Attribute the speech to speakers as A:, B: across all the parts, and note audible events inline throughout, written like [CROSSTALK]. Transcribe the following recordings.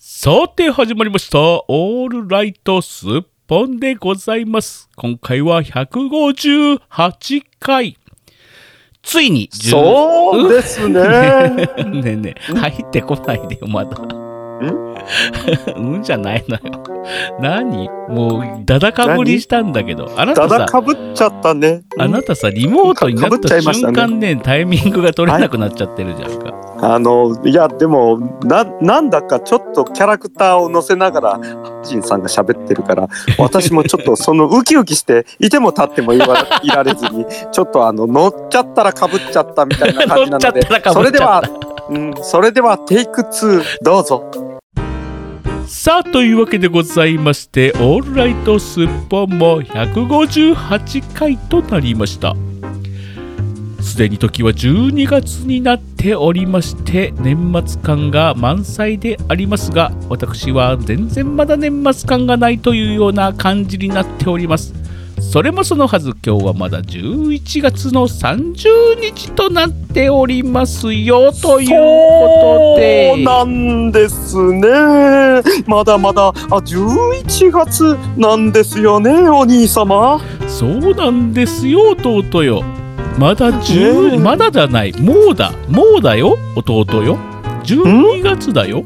A: さて始まりました「オールライトスッポン」でございます今回は158回ついに10
B: そうで
A: [LAUGHS]
B: すね。
A: ねえねえ入ってこないでよまだん [LAUGHS] うんじゃないのよ何もうだだかぶりしたんだけどあな
B: だ
A: た
B: だ
A: さ
B: かぶっちゃったね。
A: あなたさリモートになっ
B: かぶっちゃ
A: た
B: いました
A: 瞬
B: ね
A: 間ねタイミングが取れなくなっちゃってるじゃんか、
B: あのいやでもななんだかちょっとキャラクターを乗せながらハジンさんが喋ってるから私もちょっとそのウキウキしていても立ってもいわいられずにちょっとあの乗っちゃったらかぶっちゃったみたいな感じなの
A: 乗っ
B: で
A: ちゃったらか
B: そ
A: ぶっ
B: れ
A: ち
B: で
A: ゃっ
B: は、うん、それではテイク2どうぞ。
A: さあというわけでございまして「オールライトスッポン」も158回となりましたすでに時は12月になっておりまして年末感が満載でありますが私は全然まだ年末感がないというような感じになっておりますそれもそのはず今日はまだ11月の30日となっておりますよということで
B: そうなんですね。まだまだあ11月なんですよねお兄様。
A: そうなんですよ弟よまだ10、
B: ねえ
A: まだじゃないもうだもうだよ弟よ12月だよ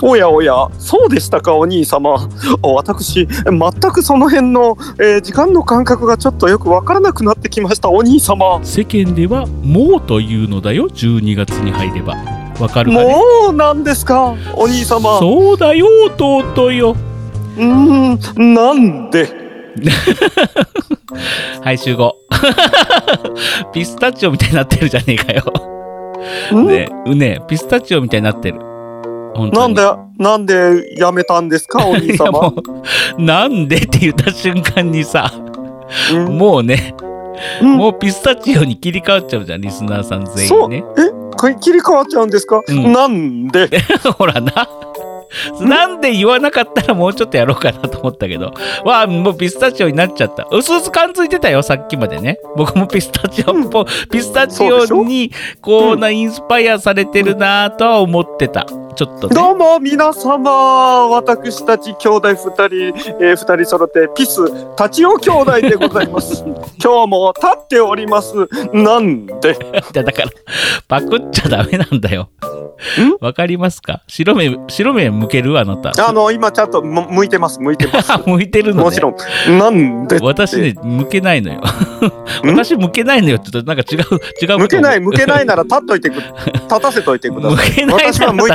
B: おやおや、そうでしたか、お兄様。お私、全くその辺の、えー時間の感覚がちょっとよくわからなくなってきました、お兄様。
A: 世間ではもうというのだよ12月に入ればわかるかね
B: もうなんですか、お兄様。う
A: そうだよ弟よ
B: ーん、なんで。
A: はい集合 [LAUGHS] ピスタチオみたいになってるじゃねえかよ
B: ん
A: ねえねえピスタチオみたいになってる本当に
B: なんで、なんでやめたんですか、お兄
A: いや
B: 様
A: も。うなんでって言った瞬間にさ
B: うん
A: もうね
B: うん
A: もうピスタチオに切り替わっちゃうじゃん、リスナーさん全員ね。
B: か切り替わっちゃうんですか、
A: うん
B: なんで。
A: [LAUGHS] ほらな。なんで言わなかったらもうちょっとやろうかなと思ったけど。わあ、もうピスタチオになっちゃった。うすうす感づいてたよ、さっきまでね。僕もピスタチオ、
B: うん
A: ぽピスタチオに、こうな、インスパイアされてるなぁとは思ってた。ちょっとね。
B: どうも皆様私たち兄弟二人、えー、二人揃ってピスタチオ兄弟でございます [LAUGHS] 今日も立っておりますなんで
A: だだから、パクっちゃダメなんだよ。わかりますか白目、白目向けるあなた。
B: あの今ちゃんとむ向いてます向いて [LAUGHS] ます
A: [LAUGHS] 向いてるのね。
B: もちろんなんで
A: 私ね、向けないのよ。
B: ん
A: 私向けないのよ。ちょっとなんか違う、違うこと。
B: 向けない向けないなら立っとい
A: [LAUGHS]
B: てく立たせといてくだ
A: 向
B: さい
A: けない
B: 私は
A: [LAUGHS]
B: 向い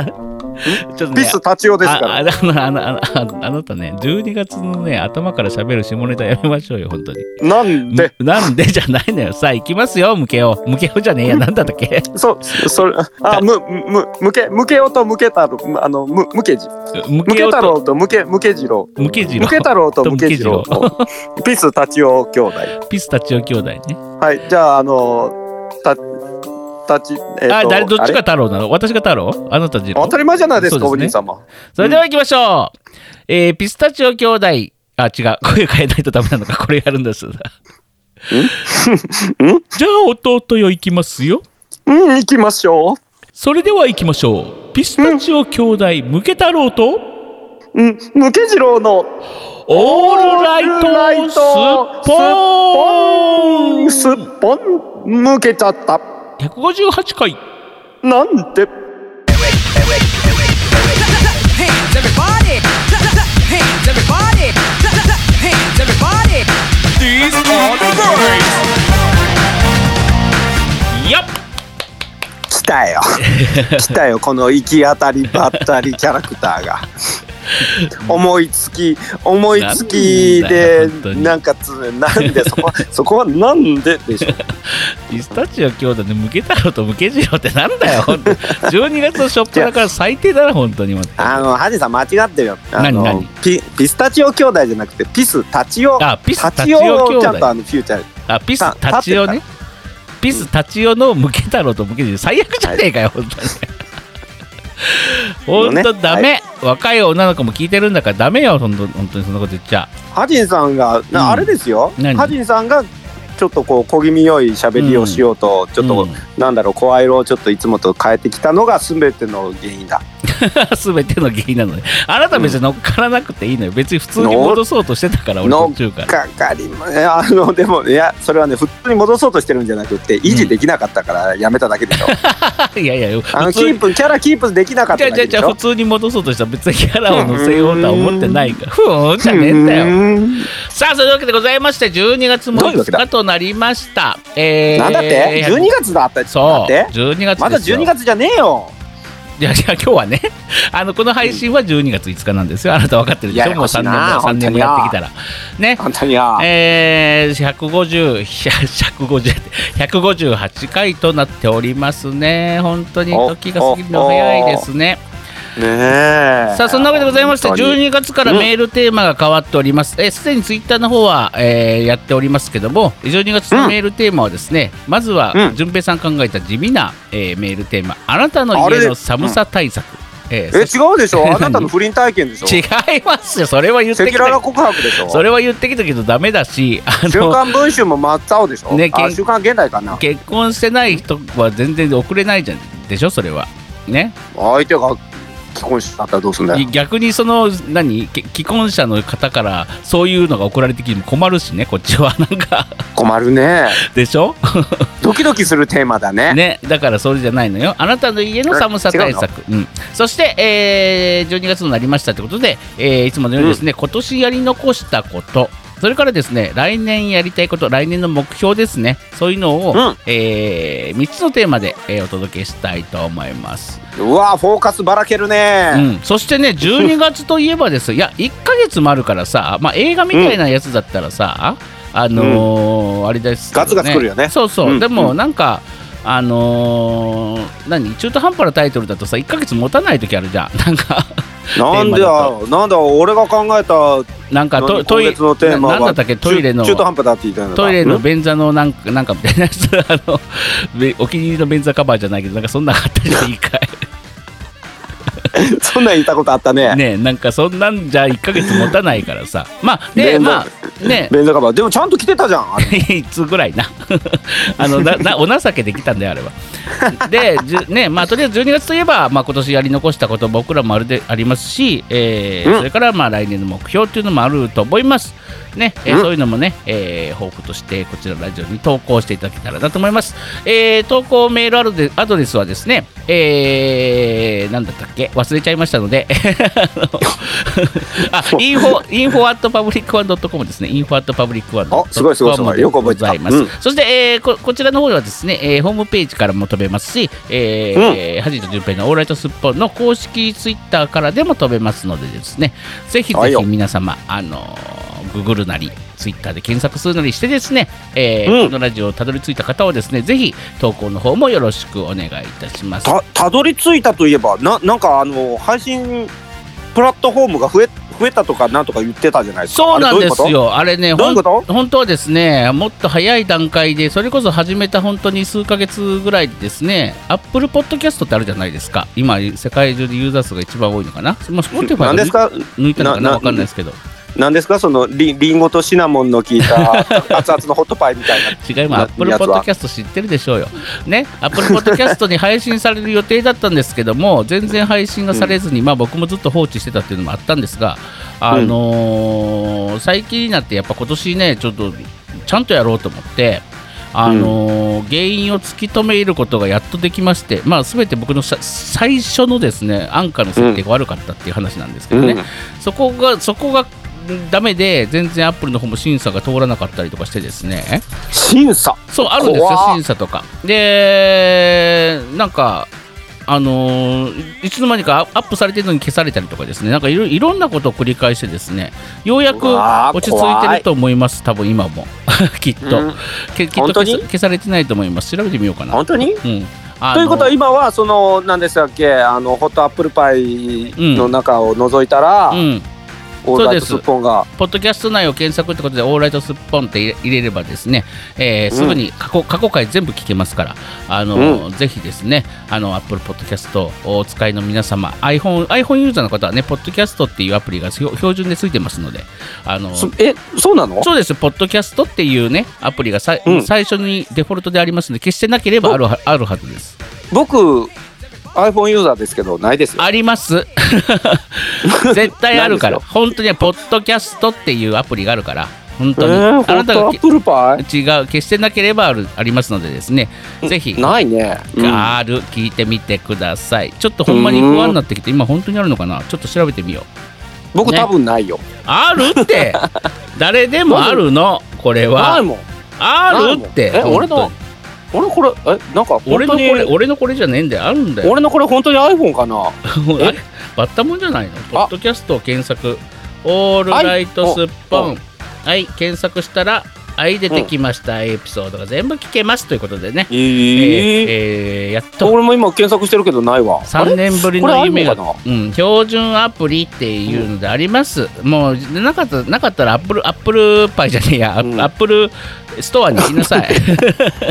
A: ちょっとね
B: ピスタチオですから
A: あああのあのあのあのあなたね、12月のね、頭から喋る下ネタやめましょうよ、本当に。
B: なんで
A: むなんでじゃないのよ。さあ、行きますよ、向けよう。向けようじゃ
B: [LAUGHS]
A: ねえや、なんだったっけ
B: そそれあむむ向け向けようと向けたろあのむ向けじ
A: 向
B: 向
A: け
B: け
A: よう
B: 太
A: と、
B: 郎と向け向け次郎
A: 向けじろ
B: ムケ、太郎とムケ次郎
A: と
B: ピスタチオ兄弟
A: ピスタチオ兄弟ね。
B: はいじゃああのたたちえっ、と
A: あ、誰、どっち
B: あ
A: が
B: れ
A: 太郎なの私が太郎あなた次郎
B: 当たり前じゃないですか
A: そう
B: お
A: で
B: 兄
A: す
B: 様
A: それでは行きましょう、えーピスタチオ兄弟あ違う [LAUGHS] 声変えないとダメなのかこれやるんです [LAUGHS] じゃあ弟よ行きますよ
B: うん行きましょ
A: それでは行きましょうピスタチオ兄弟ムケ太郎と
B: ううんムケ次郎の
A: オールライ
B: オールラ
A: ト
B: イ
A: スッ
B: ト
A: ポーン
B: すっぽん向けちゃった
A: 158回
B: なんで
C: hands, everybody. Hands, everybody. Hands, everybody.
A: These are the words やっ
B: 来た
A: [LAUGHS]
B: よ来たよこの行き当たりばったりキャラクターが思いつき思いつき
A: な
B: で
A: んだよ本当に
B: なんかつなんで
A: [LAUGHS]
B: そこはそこはなんででしょ
A: ピスタチオ兄弟でムケ太郎とムケジロってなんだよ本当12月の初っ端から最低だな本当にま
B: あのハジさん間違ってるよあの
A: 何何
B: ピピスタチオ兄弟じゃなくてピスタチオ
A: あピスタ
B: タ
A: チ
B: チ
A: オ
B: オ
A: 兄
B: をちゃんと
A: 弟
B: あのフューチャー
A: あピスタチオねピスタチオのムケ太郎とムケジロ最悪じゃねえかよ本
B: [LAUGHS]
A: 当に本当ダメ、若い女の子も聞いてるんだからダメよ本当本当にそんなこと言っちゃ
B: ハジンさんが、な
A: うん
B: あれですよ
A: 何
B: ハジンさんがちょっとこう小気味良い喋りをしようと、ちょっと、
A: うん [LAUGHS]
B: なんだろう声色をちょっといつもと変えてきたのが全ての原因だ
A: 全ての原因なのであなた別に乗っからなくていいのよ別に普通に戻そうとしてたから俺
B: 乗っ
A: 途中から
B: かかりまえあのでもいやそれはね普通に戻そうとしてるんじゃなくて維持できなかったからやめただけでし
A: [LAUGHS]
B: ょ、
A: いやいや
B: あ
A: 普
B: のキ
A: 通
B: ー
A: に
B: プキャラキープできなかっ
A: じゃ
B: た
A: あ
B: だ
A: じゃあ
B: けで
A: じゃ
B: し
A: あ
B: ょ
A: 普通に戻そうとしたら別にキャラを乗せようとは思ってないからふーんじゃねえんだよ
B: よ
A: さあそういうわけでございまして12月も
B: どういうわけだ
A: 日となりましたえー、
B: なんだって12月だった
A: そう
B: だって
A: 12月
B: まだ
A: ですよ
B: 12月じゃねえよ
A: いやいや今日はね [LAUGHS] あのこの配信は12月5日なんですよあなた分かってるでし
B: や
A: ょ
B: や
A: もう
B: こし
A: 3
B: い
A: 年
B: な
A: も3年もやってきたらね
B: あんたには、
A: えー、150、150 158回となっておりますね。本当に
B: お
A: 時が過ぎるの早いですね。
B: ねえ
A: さあ、そんなわけでございまして、
B: 本当に
A: 12月からメールテーマが変わっております。えーすでにツイッターの方は、えーやっておりますけども、12月のメールテーマはですね、まずは
B: う、ん
A: 淳平さん考えた地味な、えーメールテーマ、あなたの
B: あれ
A: 家
B: で
A: の寒さ対策。え
B: え
A: ーそ
B: 違う
A: [LAUGHS]
B: でしょあなたの不倫体験でしょ
A: 違いますよ、それは言っ
B: 赤
A: てき
B: 裸
A: た
B: 々。告白でしょ
A: それは言ってきたけど、ダメだし、あ
B: 週
A: の、
B: 刊文春も真っ青でしょ、
A: ねけ
B: あ
A: ん
B: 週刊現代かな
A: 結婚してない人は全然遅れないじゃんでしょそれはね
B: 相手が既婚者だったらどうすんだよ
A: 逆にその何け既婚者の方からそういうのが送られてきても困るしねこっちはなんか
B: 困るね
A: でしょ
B: ドキドキするテーマだね
A: ねだからそれじゃないのよあなたの家の寒さ対策う、ん、そして、えー12月になりましたってことで、えーいつものようにですね、今年やり残したことそれからですね来年やりたいこと来年の目標ですねそういうのを、
B: うん
A: え3つのテーマで、えーお届けしたいと思います
B: うわフォーカスばらける
A: う
B: ね、
A: ん、そしてね12月といえばです
B: [LAUGHS]
A: いや1ヶ月もあるからさ、まあ、映画みたいなやつだったらさ、あのーあれですけど、
B: ガツガツ来るよね
A: そうそう、
B: うん
A: でもなんかあのー何中途半端なタイトルだとさ1ヶ月持たない時あるじゃん [LAUGHS] なんか
B: なんでだなんだ俺が考えた
A: なんかト
B: 何
A: ト
B: 今
A: イ
B: 月のテーマ
A: なな
B: は
A: んだったっけトイレの
B: 中中途半端だって言いたいの
A: トイレの便座のなんかなんかみたいなやつあの [LAUGHS] べお気に入りの便座カバーじゃないけどなんかそんなのあったじゃん1回
B: [LAUGHS] [LAUGHS] そんなん言ったことあったね
A: ねなんかそんなんじゃ1ヶ月持たないからさまあで
B: 便座
A: まあね
B: 便座カバーでもちゃんと来てたじゃんあれ
A: [LAUGHS] いつぐらいなあのななお情けできたんだよあれは。でじゅねまあ、とりあえず12月といえば、まあ、今年やり残したこと僕らもあるでありますし、えー
B: う
A: そ
B: ん
A: れからまあ来年の目標というのもあると思います、ねえー
B: うん
A: そういうのもね、えー、抱負としてこちらのラジオに投稿していただけたらなと思います、えー投稿メールアドレアドレスはですね、えー、なんだったっけ忘れちゃいましたので [LAUGHS] あインフォインフォアットパブリックワンドットコムですねインフォアットパブリックワン
B: あすごいすごいすごいよく覚えてた
A: ございます
B: うん
A: そして、えーここちらの方ではですね、えーホームページからも飛べますし、えーはじとじゅんぺいのオーライトスッポンの公式ツイッターからでも飛べますのでですね、ぜひ
B: は
A: ぜ
B: いよ
A: ひ皆様、あのー、グーグルなり、ツイッターで検索するなりしてですね、えー
B: うん
A: このラジオをたどり着いた方はですね、ぜひ投稿の方もよろしくお願いいたします。
B: たたどり着いたといえばななんかあの配信プラットフォームが増え増えたとかなんとか言ってたじゃないですか
A: そうなん
B: あれ
A: で
B: ど
A: す
B: ういうこ
A: よ、あれね、
B: とどういうこと
A: 本当はですねもっと早い段階でそれこそ始めた本当に数ヶ月ぐらいでですね Apple Podcast ってあるじゃないですか今世界中でユーザー数が一番多いのかなもう Spotify が
B: 何です
A: 抜
B: か
A: 抜いたのかな
B: なな
A: わかんないですけど
B: 何ですかそのリンリンゴとシナモンの効いた熱々のホットパイみたいな
A: 違います Apple
B: やつは
A: Podcast 知ってるでしょうよね Apple Podcast に配信される予定だったんですけども全然配信がされずに、まあ僕もずっと放置してたっていうのもあったんですがあのー最近になってやっぱ今年ねちょっとちゃんとやろうと思ってあのー原因を突き止めることがやっとできまして、まあ、全て僕のさ最初のですね安価の設定が悪かったっていう話なんですけどね、そこがそこがダメで全然アップルの方も審査が通らなかったりとかしてですね、
B: 審査
A: そうあるんですよ
B: 怖っ
A: 審査とかでなんかあのーいつの間にかアップされてるのに消されたりとかですねなんかいろいろんなことを繰り返してですねようやく
B: うわー
A: 落ち着いてると思います多分今も [LAUGHS] きっと、
B: うん
A: けきっと
B: 本当
A: 消
B: に
A: さ消されてないと思います調べてみようかな
B: 本当に
A: うんあの
B: ということは今はその何でしたっけあのホットアップルパイの中を覗いたら、
A: うん
B: オールライトスッポンが
A: ポッドキャスト内を検索ってことで、オーライトスッポンって入れ入れればですね、えー
B: うん
A: すぐに過去過去回全部聞けますから、あのぜひですね、あの Apple Podcast をお使いの皆様、iPhone, iPhone ユーザーの方はね、ポッドキャストっていうアプリが標標準でついてますので、あの
B: そえそうなの
A: そうです、ポッドキャストっていうね、アプリがさい、
B: うん
A: 最初にデフォルトでありますので、消してなければあるはあるはずです。
B: 僕 iPhone ユーザーですけどないですよ
A: あります
B: [LAUGHS]
A: 絶対あるから
B: ないで
A: 本当にポッドキャストっていうアプリがあるから本
B: え
A: 当に、
B: ー、
A: あな
B: 本
A: た
B: 当
A: が
B: ア
A: き
B: ップルパイ
A: 違う消してなければあるありますのでですねぜひ
B: ないね、うん
A: ある聞いてみてくださいちょっとほんまに不安になってきて今本当にあるのかなちょっと調べてみよう
B: 僕
A: ね
B: 多分ないよ、
A: あるって [LAUGHS] 誰でもあるのこれ
B: ない
A: は
B: もん
A: あるって
B: ないもんえ俺の
A: 本
B: 俺これえなんか
A: 当に俺のこ
B: 本当に
A: れ
B: これ
A: 俺のこれじゃねえんだよあるんだよ
B: 俺のこれ本当に iPhone かな
A: あれ [LAUGHS] バッタモンじゃないのポッドキャストを検索オールライトスッポンはい検索したらはい出てきました、エピソードが全部聞けますということでね
B: え
A: えー
B: ー、え
A: えーやっと
B: 俺も今検索してるけどないわあ
A: 3
B: れ
A: 年ぶり
B: これ
A: の
B: iPhone
A: 夢
B: か
A: が
B: な
A: うん、標準アプリっていうのであります、もうなかったなかったらアップルアップルパイじゃねえや、アップ
B: うん
A: アップルストアに行きな
B: [LAUGHS]
A: さい、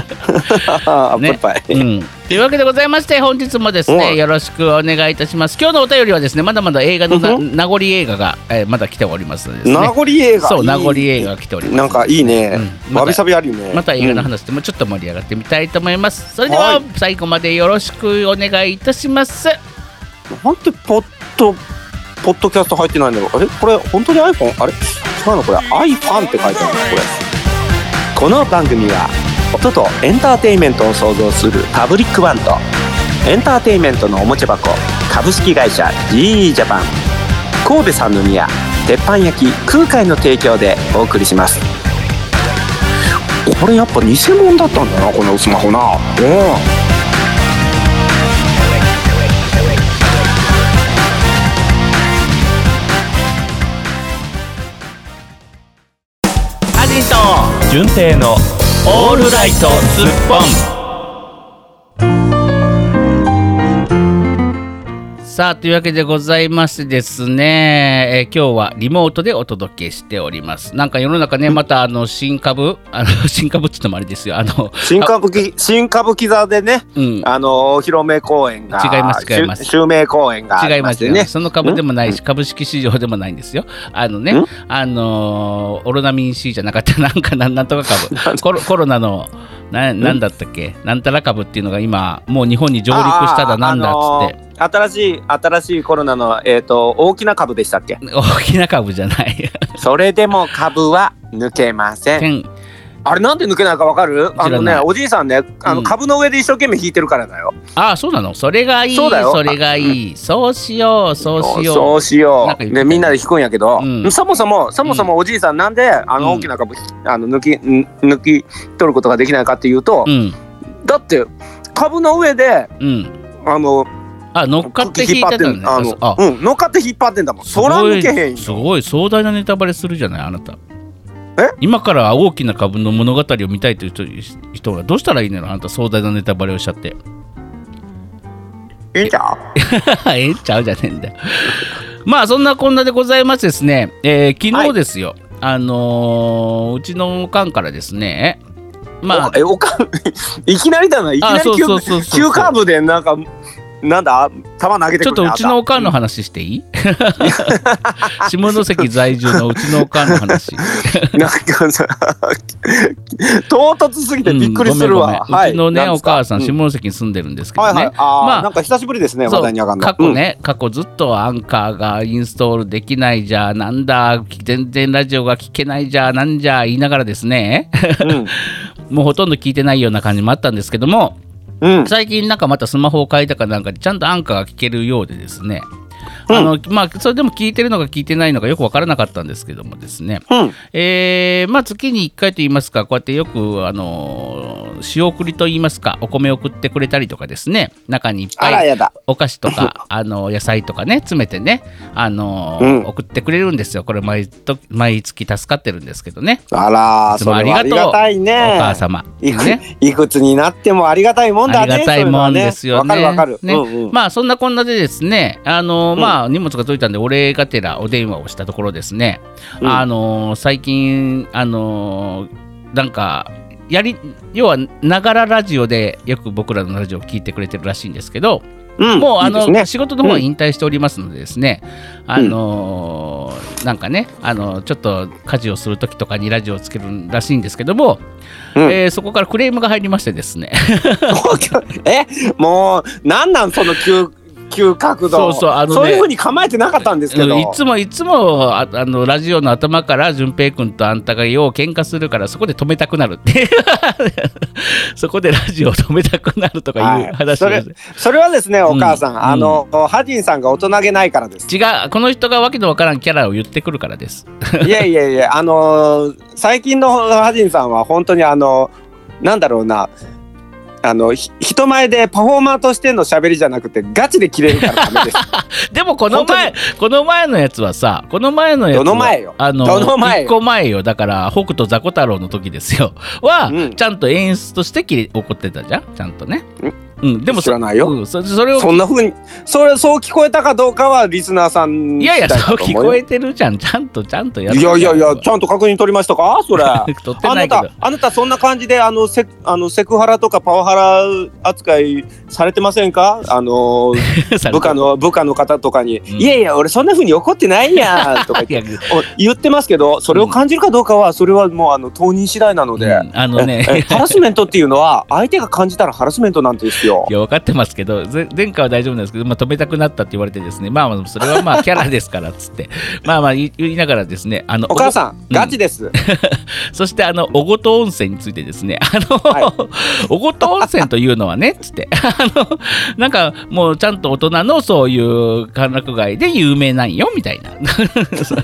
B: アップルパイ、
A: うん、というわけでございまして本日もです
B: う
A: ね
B: ん
A: よろしくお願いいたします今日のお便りはですねまだまだ映画のな
B: う
A: 名残映画が、えーまだ来ておりますのでです
B: 名
A: ね
B: 残映画
A: そう
B: いい
A: 名残映画が来ております
B: なんかいいね、
A: うんまた
B: わびさびあるよね
A: また映画の
B: うん
A: 話でもちょっと盛り上がってみたいと思いますそれでは
B: はい
A: 最後までよろしくお願いいたします
B: なんてポッドポッドキャスト入ってないんだろうあれこれ本当に iPhone あれ違うのこれ iPhone って書いてあるのこれこの番組は音とエンターテインメントを創造するパブリックバンドエンターテインメントのおもちゃ箱株式会社 GE ジャパン神戸三宮鉄板焼き空海の提供でお送りしますこれやっぱ偽物だったんだなこのスマホなうん
A: アジト
D: 純正の
A: オールライトスッポンさあというわけでございましてですね、えー今日はリモートでお届けしておりますなんか世の中ねまたあの新株あの新株って言ってもあれですよあの
B: 新歌舞伎新歌舞伎座でね
A: うん
B: あのお披露目公演が
A: 違います違います
B: 襲襲名公演があ
A: 違い
B: り
A: ま
B: ますす
A: よ
B: よ
A: ね。
B: ね
A: その株でもないし、株式市場でもないんですよ。あのね
B: ん、
A: あのーオロナミン C じゃなかった、なんかなん [LAUGHS] なんとか株、コロコロナのな、なんだったっけ、なんたら株っていうのが今、もう日本に上陸しただなんだっつって、
B: あの新しい新しいコロナのえっ、と大きな株でし
A: [LAUGHS]
B: たっけ
A: 大きな株じゃない。
B: それでも株は抜けません
A: 天
B: あれなんで抜けないかわかるあの
A: 知ら
B: ね
A: ない
B: おじいさんねあ
A: う
B: の
A: ん
B: 株の上で一生懸命引いてるからだよ、
A: ああ、そうなのそれがいい、
B: そうだよ
A: それがいい。そうしよう、そうし
B: そ
A: よう。
B: うしよう
A: なんか言ってた
B: で
A: ね
B: みんなで引くんやけど、
A: うん
B: そもそもそもそもおじいさんなんであの
A: うん
B: 大きな株、あの抜きん抜き取ることができないかっていうと、
A: うん、
B: だって株の上で
A: うん。
B: あの
A: あ、乗っかって引いてたのね。
B: あの
A: あ、
B: うん、乗っかって引っ張ってんだもん。
A: す
B: そら
A: ご
B: 抜
A: い
B: けへん
A: す
B: よ。
A: ごい壮大なネタバレするじゃないあなた
B: え
A: 今から大きな株の物語を見たいという人人はどうしたらいいのよあなた壮大なネタバレをしちゃって [LAUGHS]
B: いいんちゃ
A: ええちゃうじゃねえんだよ [LAUGHS] まあそんなこんなでございましてですね、えー昨日ですよ、あのーうちのおかんからですね
B: う
A: まあ
B: おえ、おかん、 [LAUGHS] いきなりだな。いきな
A: あ
B: り
A: そう
B: 急
A: そうそうそう
B: 急カーブで、なんか、なんだ、球投げてくるね
A: ちょっとうちの
B: あ
A: おかんの話してい [LAUGHS] い下関在住のうちのおかんの話
B: ん [LAUGHS] たなんかさ、唐突すぎてびっくりする
A: うん
B: わ。
A: ごめんごめんうちのね
B: なん
A: お
B: ですか
A: 母さん
B: う
A: 下関に住んでるんですけ
B: は
A: ど
B: いはい
A: ね。
B: あー、
A: まあ
B: なんか久しぶりですね、
A: そ
B: 話
A: う
B: 題に上がるの。
A: 過去ね、過去ずっとアンカーがインストールできないじゃなんだ全然ラジオが聞けないじゃなんじゃ言いながらですね [LAUGHS]
B: うん。うん。
A: もうほとんど聞いてないような感じもあったんですけども
B: うん。
A: 最近なんかまたスマホを変えたかなんかでちゃんとアンカーが聞けるようでですね
B: うん
A: あのまあ、それでも聞いてるのか聞いてないのかよく分からなかったんですけどもですね、
B: うん
A: えーまあ、月に1回と言いますか、こうやってよく、あのー仕送りと言いますか、お米を送ってくれたりとかですね、中にいっ
B: あら、
A: ぱい
B: やだ。
A: お菓子とか、 [LAUGHS] あの野菜とかね、詰めてね、あのー
B: うん
A: 送ってくれるんですよ。これ毎と、毎月助かってるんですけどね。
B: あら、
A: いつも
B: そ
A: あ
B: れ
A: り
B: は
A: が
B: あ
A: と
B: り
A: う、
B: がたいね。
A: お母様。
B: いく
A: ね
B: いくつになってもありがたいもんだね。
A: ありがたいもんですよね
B: そういうのはわかるわかる。
A: ね
B: うんうん
A: まあ、そんなこんなでですね、あのー
B: うん
A: まあ、荷物が届いたんで、お礼がてらお電話をしたところですね、
B: うん
A: あのー最近、あのーなんかやり要はながらラジオでよく僕らのラジオを聞いてくれてるらしいんですけど、
B: うん、
A: もうあ
B: いいで
A: の
B: すね
A: 仕事の方は引退しておりますのでですね、あのーなんかね、あのちょっと家事をする時とかにラジオをつけるらしいんですけども、
B: うん
A: えーそこからクレームが入りましてですね、
B: [LAUGHS] えもうなんなんその急急角度
A: そうそうあのね
B: いうふうに構えてなかったんですけど
A: いつもいつもああのラジオの頭から淳平君とあんたがよう喧嘩するからそこで止めたくなるって [LAUGHS] そこでラジオを止めたくなるとかいう話を
B: はいそれそれはですねお母さん、
A: うん
B: あの、ハジンさんが大人げないからです
A: 違うこの人がわけのわからんキャラを言ってくるからです
B: いやいやいやあのー最近のハジンさんは本当にあのなんだろうなあのひ人前でパフォーマーとしての喋りじゃなくてガチで切れるからダメ
A: [LAUGHS]
B: です
A: でもこの前この前のやつはさこの前のやつは
B: どの前よ
A: あの
B: どの前よ
A: 一個前よだから北斗ザコ太郎の時ですよは、
B: うん
A: ちゃんと演出として切り怒ってたじゃんちゃんとねうんでもそ
B: 知らないよ
A: うんそそれを
B: そんなふうにそれそう聞こえたかどうかはリスナーさん
A: いやいや
B: 次第
A: そう
B: だと思
A: 聞
B: うよ
A: こえてるじゃんちゃんとちゃんとやる
B: いやいやいやち
A: と
B: ゃんと確認取りましたかそれ
A: 取って
B: あ
A: ない
B: な
A: けど
B: た、あなたそんな感じで、あの、セク、あの、セクハラとかパワハラ扱いされてませんかあの、
A: され
B: 部下の、部下の方とかに、
A: ん
B: いやいや、俺そんな風に怒ってないや
A: [LAUGHS]
B: ん、とか
A: い
B: 言って。
A: や
B: お言ってますけどそれを感じるかどうかはそれはもうあの当人次第なので、
A: うんあのね
B: ええハラスメントっていうのは相手が感じたらハラスメントなんですよ
A: い。や分かってますけどぜ前回は大丈夫なんですけど、まあ、止めたくなったって言われてですねまあまあそれはまあキャラですからっつってまあまあ言い言いながらですねあの
B: お母さん、
A: ご
B: ガチです。
A: そしてあの小琴温泉についてですね、あの、
B: はい
A: [LAUGHS] 小琴温泉というのはね、つって、 [LAUGHS] あの、なんかもうちゃんと大人のそういう歓楽街で有名なんよみたいな。 [LAUGHS] な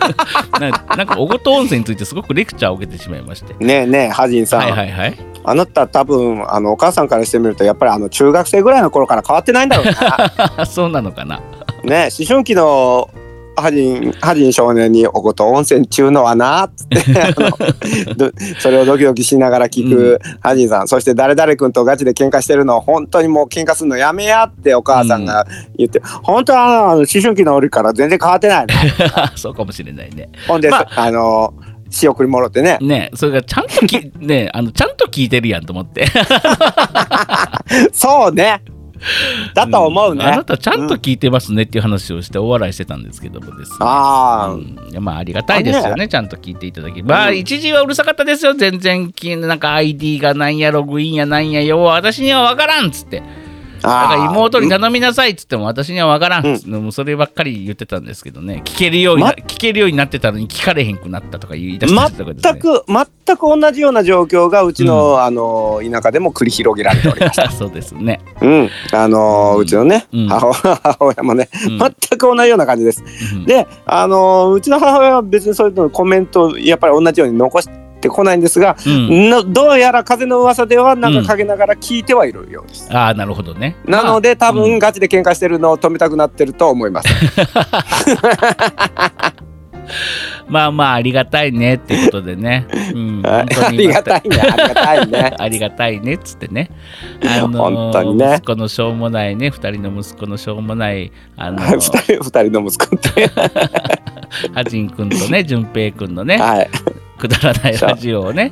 A: なんか小琴温泉についてすごくレクチャーを受けてしまいまして。
B: ねえねえ、ハジンさん、
A: はいはいはい。
B: あなた多分あのお母さんからしてみるとやっぱりあの中学生ぐらいの頃から変わってないんだろうな。
A: [LAUGHS] あそうなのかな。
B: ね思春期のハリンハリン少年に「おこと温泉中のはな」っつって
A: [LAUGHS]
B: あのどそれをドキドキしながら聞くハリンさん、そして誰々君とガチで喧嘩してるの本当にもう喧嘩するのやめやってお母さんが言って、本当はあの思春期の折から全然変わってないの。
A: そうかもしれないね。
B: ほんで、
A: ま
B: あの仕送りもろってね
A: ねそれがちゃんと
B: [LAUGHS]
A: き、ねあの、ちゃんと聞いてるやんと思って。
B: そうねだと思うね、
A: んあなたちゃんと聞いてますねっていう話をしてお笑いしてたんですけどもですね。
B: ああ、
A: うんいやまあありがたいですよ
B: あ
A: ね、ちゃんと聞いていただき。まあ、
B: うん
A: 一時はうるさかったですよ、全然き、なんか ID がなんや、ログインやなんや、よう、私には分からんっつって、だ
B: あ
A: か
B: ー
A: ら妹に頼みなさいっつっても、私には分からんっつって、もうそればっかり言ってたんですけどね、聞けるようにな、
B: ま
A: 聞けるようになってたのに、聞かれへんくなったとか言い出してたとかです
B: 全
A: ね。
B: く全く同じような状況がうちの,、あの田舎でも繰り広げられてお
A: [LAUGHS]
B: ります
A: そうですね。
B: うん、あのー
A: うん
B: うちのね、
A: うん
B: 母母親 [LAUGHS] もね、
A: うん
B: 全く同じような感じです。
A: うん
B: で、あのーうちの母親は別にそういうのコメントをやっぱり同じように残してこないんですが、
A: うん
B: のどうやら風の噂ではなんか陰ながら聞いてはいるようです。
A: ああ、なるほどね。
B: なので多
A: う
B: 分ガチで喧嘩してるのを止めたくなってると思います。
A: [LAUGHS] まあまあ、ありがたいねってことでね。うん、
B: あ
A: 本当に。
B: りがたいね、ありがたいね
A: ありがたいねっつってね。あの
B: 本当にね
A: 息子のしょうもないね、二人の息子のしょうもない、 [LAUGHS] あの、
B: はい [LAUGHS] 二人二人の息子って、
A: はじんくんとね、じゅんぺいくんのね、
B: はい、
A: くだらないラジオをね、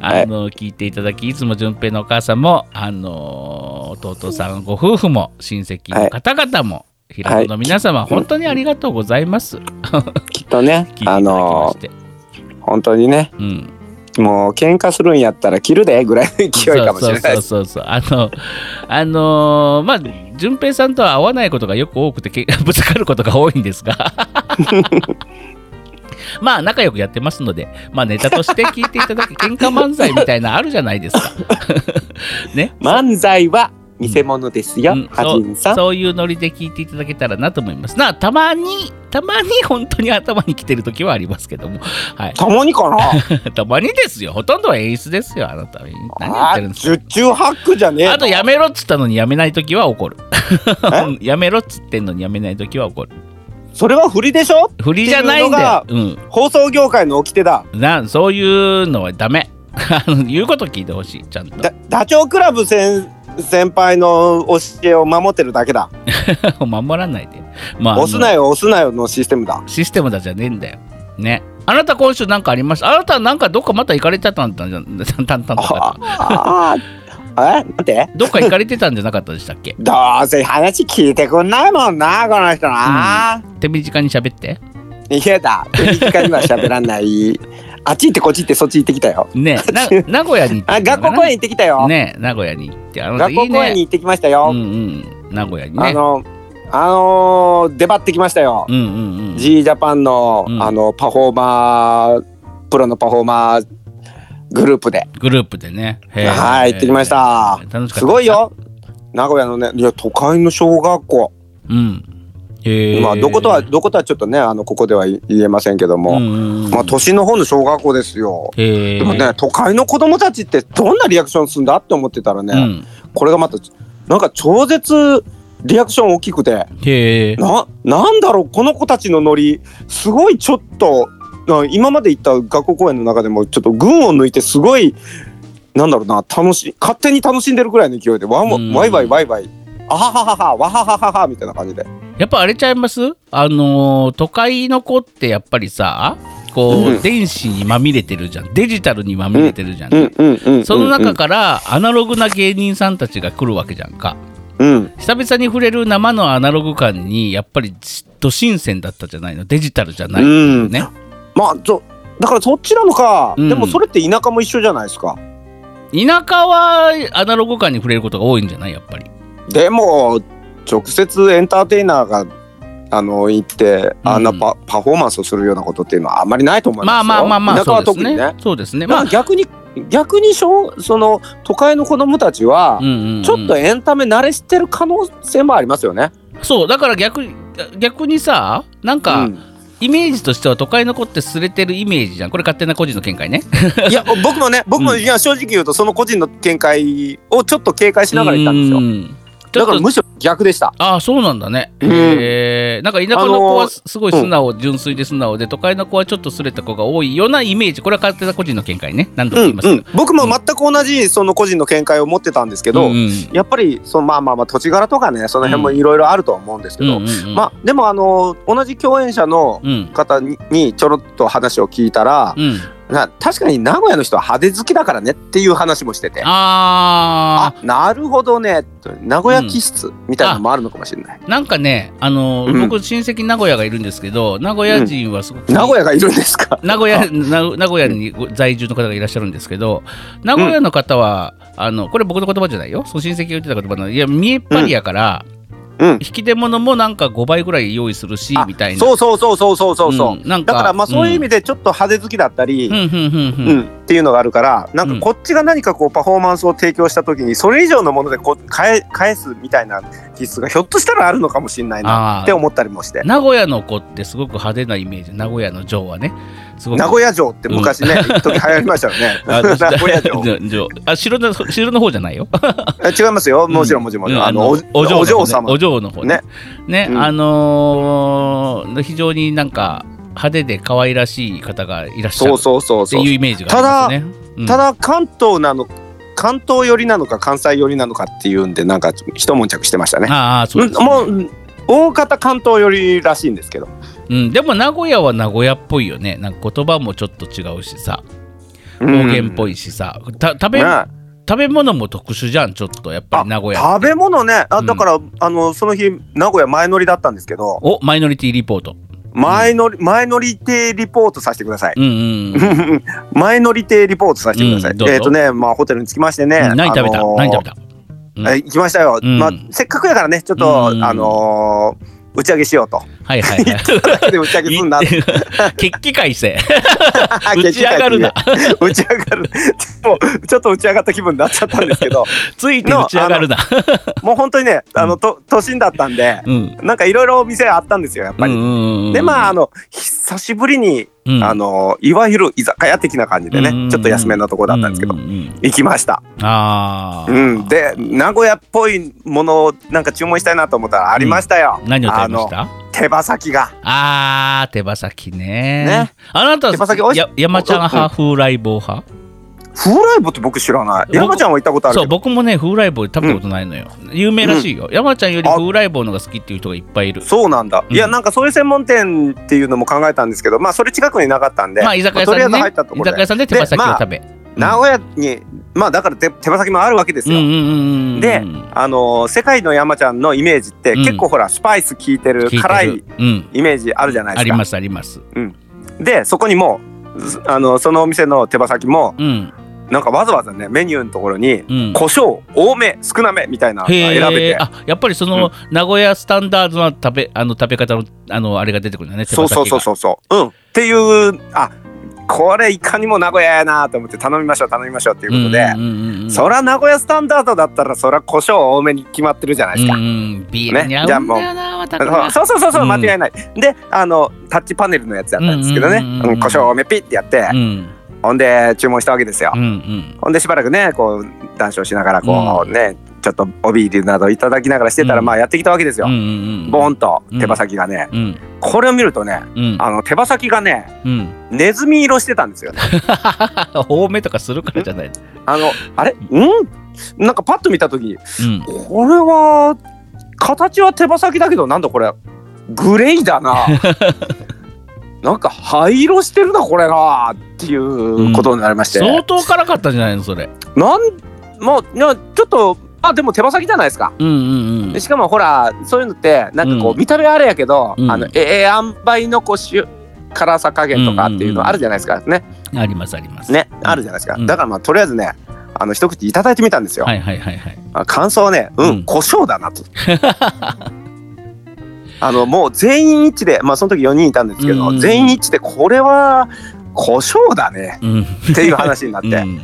B: はい
A: あの、聞いていただき、いつもじゅんぺいのお母さんも、あの、弟さん、ご夫婦も、親戚の方々も、平戸の皆様、本当にありがとうございます。
B: きっとね
A: 聞いてい、ただ [LAUGHS] きま
B: あの
A: して。
B: ー本当にね、
A: うん。
B: もう喧嘩するんやったら切るでぐらいの勢いかもしれないです。
A: そうそうそうそうあのあのーまあ順平さんとは合わないことがよく多くてけ [LAUGHS] ぶつかることが多いんですが [LAUGHS] まあ仲良くやってますのでまあネタとして聞いていただ
B: [LAUGHS]
A: き喧嘩漫才みたいなのあるじゃないですかね
B: 漫才は偽物ですよ、
A: うん
B: ハジンさん。
A: そういうノリで聞いていただけたらなと思いますなたまにたまに [LAUGHS] 本当に頭にきてる時はありますけどもはい
B: たまにかな。
A: たまにですよほとんどは演出ですよあなた何やっ
B: あ
A: てるんですか
B: 十中八九じゃねえの。
A: あとやめろっつったのにやめないときは怒る
B: え。
A: [LAUGHS] やめろっつってんのにやめないときは怒る。
B: それは振りでしょ。
A: 振りじゃないんだよ。う
B: 放送業界の掟だ。
A: ん。なそういうのはダメ。 [LAUGHS] あの言うこと聞いてほしい、ちゃんと。
B: だダチョウ倶楽部先先輩の教えを守ってるだけだ。
A: [LAUGHS] 守らないで。まああの、
B: 押すなよ押すなよのシステムだ。
A: システムだじゃねえんだよ。ね。あなた今 [LAUGHS] 週なんかありましたあなたなんかどっかまた行かれてたんだじゃん。たんたんたんとか
B: [LAUGHS] ああえなんて
A: どっか行かれてたんじゃなかったでしたっけ
B: どうせ話聞いてくんないもんなこの人な、
A: 手短に喋って
B: 逃げた手短には喋らないあっち行ってこっち行ってそっち行ってきたよ
A: ね
B: [LAUGHS]
A: えな名古屋に行っ
B: あ
A: てた
B: 学
A: のか
B: 校
A: な
B: 公園行ってきたよ、
A: ねえ名古屋に行ってあの
B: 学校公園に行ってきましたよ、
A: いいねうんうん名古屋にね
B: あのあのー出張ってきましたよ、
A: うんうんうん
B: G ジャパンの、
A: うん
B: あのパフォーマープロのパフォーマーグループで
A: グループでねへえ
B: はい行ってきました
A: へえ楽しかった
B: すごいよ名古屋のねいや都会の小学校、
A: うんへえ
B: まあどことはどことはちょっとねあのここでは言えませんけども、
A: うんうん
B: まあ都心の方の小学校ですよ。
A: へえ
B: でもね、都会の子供たちってどんなリアクションするんだって思ってたらね、
A: うん
B: これがまたなんか超絶リアクション大きくて
A: へえ
B: ななんだろうこの子たちのノリすごいちょっとな今まで行った学校公演の中でもちょっと群を抜いてすごいなんだろうな楽しい勝手に楽しんでるくらいの勢いでわも
A: うん
B: ワイワイワイワイあははははわははははみたいな感じで
A: やっぱあれちゃいますあのー都会の子ってやっぱりさこう、
B: うん
A: 電子にまみれてるじゃんデジタルにまみれてるじゃん、
B: うんうんうんうん
A: その中からアナログな芸人さんたちが来るわけじゃんか
B: うん
A: 久々に触れる生のアナログ感にやっぱりど新鮮だったじゃないのデジタルじゃないっていうね、
B: まあそだからそっちなのか、
A: うん
B: でもそれって田舎も一緒じゃないですか
A: 田舎はアナログ感に触れることが多いんじゃないやっぱり
B: でも直接エンターテイナーがあの行ってあんなパ,、パフォーマンスをするようなことっていうのはあんまりないと思い
A: ま
B: ま
A: あ
B: すよ
A: まあまあまあ
B: 田舎
A: そ
B: は
A: うです
B: 特にね
A: ねそうですね
B: ま
A: ま
B: あ
A: あ
B: 逆に逆に小その都会の子供たちは、
A: うんうんうん
B: ちょっとエンタメ慣れしてる可能性もありますよね。
A: そうだから逆に逆にさなんか、
B: うん
A: イメージとしては都会の子ってすれてるイメージじゃんこれ勝手な個人の見解ね
B: いや僕もね
A: [LAUGHS]
B: 僕も、
A: うん
B: いや正直言うとその個人の見解をちょっと警戒しながら行ったんですよ。
A: んちょ
B: だ
A: っ
B: から
A: と
B: むしろ逆でした。
A: ああそうなんだね、
B: うん
A: へえなんか田舎の子
B: あ
A: は
B: の
A: すすごい素直、純粋で素直で都会の子はちょっとすれた子が多いようなイメージこれは勝手な個人の見解ね何度
B: う
A: も
B: ん
A: 言います
B: う
A: けど、
B: ん、僕も全く同じその個人の見解を持ってたんですけど、
A: うんうん
B: やっぱりそのまあまあまあ土地柄とかねその辺もいろいろあると思うんですけど、
A: うんうんうん
B: まあでもあの同じ共演者の
A: うん
B: 方ににちょろっと話を聞いたら、
A: うん、
B: な確かに名古屋の人は派手好きだからねっていう話もしてて。
A: あ
B: あなるほどねと名古屋気質みたいなのもあるのかもしれない、
A: ーなんかね、あのー
B: うん
A: 僕親戚名古屋がいるんですけど名古屋人はすごく、
B: 名古屋がいるんですか
A: 名古屋な名古屋にご在住の方がいらっしゃるんですけど名古屋の方は、あのこれ僕の言葉じゃないよその親戚が言ってた言葉なのいや見えっ張りやから、
B: うん
A: 引き出物もなんか5倍ぐらい用意するし
B: あ
A: みたいな
B: そうそうそうそうそうそうそう、
A: んなんか
B: だからまあそういう意
A: 味
B: 味でちょっと派手好きだったり、
A: うんうんうんうん
B: う
A: うんん
B: っていうのがあるからなんかこっちが何かこうパフォーマンスを提供した時にそれ以上のものでこう返返すみたいな気質がひょっとしたらあるのかもしれない
A: あー
B: なって思ったりもして
A: 名古屋の子ってすごく派手なイメージ名古屋の城はねすごく
B: 名古屋城って昔ね、一時流行りましたよね
A: [LAUGHS] あ
B: 名古
A: [LAUGHS]
B: 屋城
A: 城あ城の城の方じゃないよ
B: え違いますよもちろんもちろん、
A: うん
B: あのお
A: お嬢
B: お嬢
A: の方ね
B: 様
A: お嬢の方ね。ね、
B: うん
A: あのー非常になんか派手で可愛らしい方がいらっしゃる
B: そう
A: っ
B: そうそう
A: て
B: そう
A: いうイメージがありますね。うん
B: ただ関東なの関東寄りなのか関西寄りなのかっていうんでなんか一悶着してましたね
A: ああそううですね
B: んもううん大方関東寄りらしいんですけど、
A: うん、でも名古屋は名古屋っぽいよねなんか言葉もちょっと違うしさ
B: 方
A: 方言っぽいしさ、た食べ食べ物も特殊じゃんちょっとやっぱり名古屋
B: 食べ物ね
A: う
B: あ
A: ん
B: だから、あのその日名古屋前乗りだったんですけど
A: おマイノリティリポート
B: 前乗り前乗り亭リポートさせてください [LAUGHS]
A: うんうん、
B: 前乗り亭リポートさせてください、
A: うんどうぞ
B: えっ、とねまあホテルに着きましてね、
A: うん何食べた、
B: あのー
A: 何食べたうん
B: え行きましたよ、
A: うん
B: まあせっかくやからねちょっと、
A: うん
B: あのー打ち上げしよう
A: [LAUGHS]
B: と。
A: はいはい
B: [LAUGHS]
A: はい
B: で打ち上げすんなって。
A: [LAUGHS] 決起会せ打ち上がるな
B: [LAUGHS] 打ち上がる。もうちょっと打ち上がった気分になっちゃったんですけど、
A: ついて打ち上がるな
B: もう本当にね、あのと都心だったんで、
A: うん
B: なんかいろいろお店あったんですよやっぱり。
A: り
B: でまああの久しぶりに、
A: うん
B: あのいわゆる居酒屋的な感じでね、
A: うん
B: ちょっと安めのとこだったんですけど、
A: うううん
B: 行きました、
A: ああ、
B: うん、で名古屋っぽいものをなんか注文したいなと思ったらありましたよ、
A: 何を食べました
B: あの手羽先が
A: ああー手羽先ね
B: ね
A: あなた
B: 手羽先美味しい
A: や山ちゃん派風来坊派
B: フーライブって僕知らない
A: 僕
B: 山ちゃんは行ったことある
A: そ
B: け
A: う
B: ど
A: 僕もね風来坊食べたことないのよ、有名らしいよ、山ちゃんより
B: あ
A: 風来坊のが好きっていう人がいっぱいいる
B: そうなんだ、
A: うん
B: いやなんかそういう専門店っていうのも考えたんですけどまあそれ近くになかったんで、
A: まあ居酒屋さん
B: まあ
A: で、
B: とりあえず
A: ね
B: 入ったとこ
A: 居
B: ろ
A: 酒屋
B: で
A: さんで手羽先を
B: でまあ
A: 食べ、
B: 名古屋に、まあだから手手羽先もあるわけですよ。
A: ん
B: であのー世界の山ちゃんのイメージって、
A: うん
B: 結構ほらスパイス効いてる
A: 聞いてる
B: 辛い
A: うん
B: イメージあるじゃない
A: あ
B: で
A: り
B: すか。
A: ますあります
B: でそこにもうずあのそのお店の手羽先も
A: うん
B: なんかわざわざねメニューのところに
A: うん
B: 胡椒多め少なめみたいなのが
A: へ
B: 選べ
A: え
B: て
A: あやっぱりその名古屋スタンダードな食べあの食べ方のあのあれが出てくるんだね手
B: そ
A: 羽
B: う
A: 先が
B: そうそうそうそううんっていうあこれいかにも名古屋やなと思って頼みましょう頼みましょうっていうことで、
A: んうんうんうん
B: そりゃ名古屋スタンダードだったらそりゃ胡椒多めに決まってるじゃないですか
A: うん。うんビールに合うん
B: ねじ
A: だ
B: ゃ
A: よ
B: あもう
A: な、またこれ
B: あそうそうそうそう、
A: うん
B: 間違いないであのタッチパネルのやつだったんですけどね、
A: うんうんうんうん
B: うん胡椒多めピッてやって、
A: うん
B: ほんで注文したわけですよ、
A: うんうん
B: ほんでしばらくねこう談笑しながらこうね、ちょっとおビールなどいただきながらしてたら、
A: うん
B: まあやってきたわけですよ、
A: うんうんうん
B: ボーンと手羽先がね、
A: うん
B: これを見るとね
A: うん
B: あの手羽先がね
A: うん
B: ネズミ色してたんですよね
A: 多めとかするからじゃない
B: あのあれうんなんかパッと見た時
A: うん
B: これは形は手羽先だけどなんだこれグレー
A: [LAUGHS]
B: だななんか灰色してるなこれなっていうことになりまして、
A: 相当辛かったんじゃないのそれ
B: なんまあいやちょっとあでも手羽先じゃないですか
A: うんうんうん
B: でしかもほらそういうのってなんかこ
A: う
B: うん見た目あれやけど、
A: うん
B: あのええ塩梅のこう塩辛さ加減とかっていうのあるじゃないですかね
A: ありますあります
B: ねあるじゃないですか、
A: うん
B: だからまあとりあえずねあの一口いただいてみたんですよ、
A: はいはいはいはい
B: あ感想はねうん、
A: うん
B: 胡椒だな
A: [LAUGHS]
B: とあのもう全員一致でまあその時4人いたんですけど、
A: うん
B: 全員一致でこれは胡椒だね
A: うん
B: っていう話になっ
A: [LAUGHS] う
B: て、
A: ん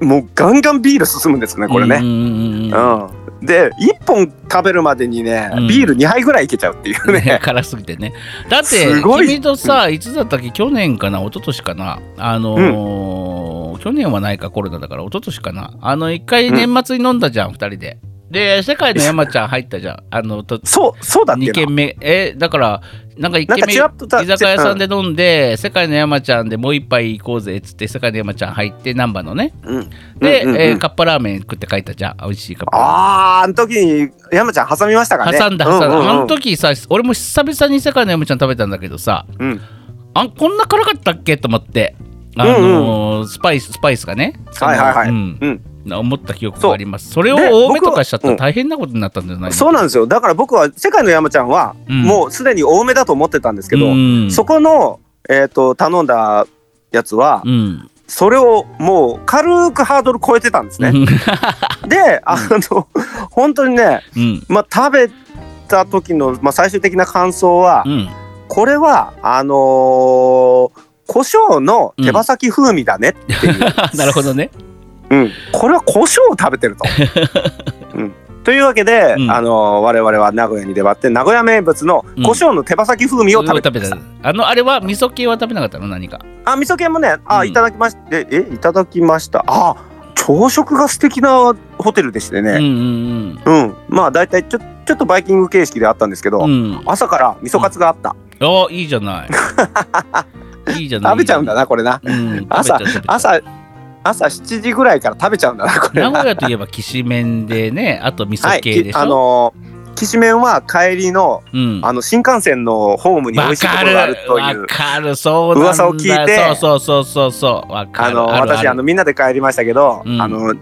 B: もうガンガンビール進むんですねこれね、
A: うんうんうんうん
B: うん、で1本食べるまでにね、
A: うん
B: ビール2杯ぐらいいけちゃうっていう
A: ね
B: ね
A: 辛すぎてねだって
B: すごい
A: 君とさいつだったっけ去年かな一昨年かなあのー去年はないかコロナだから一昨年かなあの一回年末に飲んだじゃん、二人でで世界の山ちゃん入ったじゃん [LAUGHS] あのと
B: そうそうだっけ
A: 2
B: な
A: 軒目えだからなんか1
B: な
A: 軒
B: んか
A: 目
B: ちらっとた
A: 居酒屋さんで飲んで、世界の山ちゃんでもう一杯行こうぜっつって世界の山ちゃん入って難波のね
B: うん
A: で、
B: うんうんうん
A: えーカッパラーメン食って帰ったじゃん美味しいカッパラーメン
B: あーあの時に山ちゃん挟みましたからね
A: 挟んだ挟んだ、
B: うんうんうん
A: あの時さ俺も久々に世界の山ちゃん食べたんだけどさ
B: うん
A: あこんな辛かったっけと思ってあのースパイススパイスがね
B: はいはいはい
A: うん
B: うん
A: 思った記憶
B: そ
A: が
B: う
A: ありますそれを
B: で
A: 多め
B: 僕は
A: とかしちゃった
B: う
A: ら
B: ん
A: 大変なことになったんじゃない
B: そうなんですよだから僕は世界の山ちゃんは、
A: うん
B: もうすでに多めだと思ってたんですけど、
A: うん
B: そこの、えー、と頼んだやつは、
A: うん
B: それをもう軽くハードル超えてたんです
A: う
B: ね。
A: ん
B: であの、本当にね、
A: うん
B: まあ、食べた時の、まあ、最終的な感想は、
A: うん [LAUGHS]
B: これはあのー胡椒の手羽先風味だねっていう、
A: なるほどね
B: うんこれは胡椒を食べ
A: [LAUGHS]
B: てると。うんというわけで、
A: うん
B: あのー我々は名古屋に出張って名古屋名物の胡椒の手羽先風味を食べてました。
A: あのあれは味噌系は食べなかったの何か
B: あ味噌系もねあ、
A: うん
B: いただきましてえいただきましたあ朝食が素敵なホテルでして
A: うん
B: ね、
A: うん
B: うんまあ大体ちょちょっとバイキング形式であったんですけ
A: う
B: ど、
A: んうん
B: 朝から味噌カツがあった、
A: あいいじゃない
B: [LAUGHS]
A: いいじゃない
B: 食べちゃうんだ
A: な
B: なこれな朝朝朝7時ぐらいから食べちゃうんだなこれ
A: 名
B: な
A: 古屋といえばきしめんでねあと味噌系でしょ、
B: はい、きあのーきしめんは帰りの
A: うん
B: あの新幹線のホームに美
A: わ
B: 味しいと
A: か
B: ころ
A: る
B: があるとい
A: わ
B: う
A: かるそうなんだ
B: 噂を聞いて
A: そうそうそうそうそうわか
B: あ
A: る
B: の
A: る
B: 私あ
A: る
B: のみんなで帰りましたけど、
A: うん
B: あの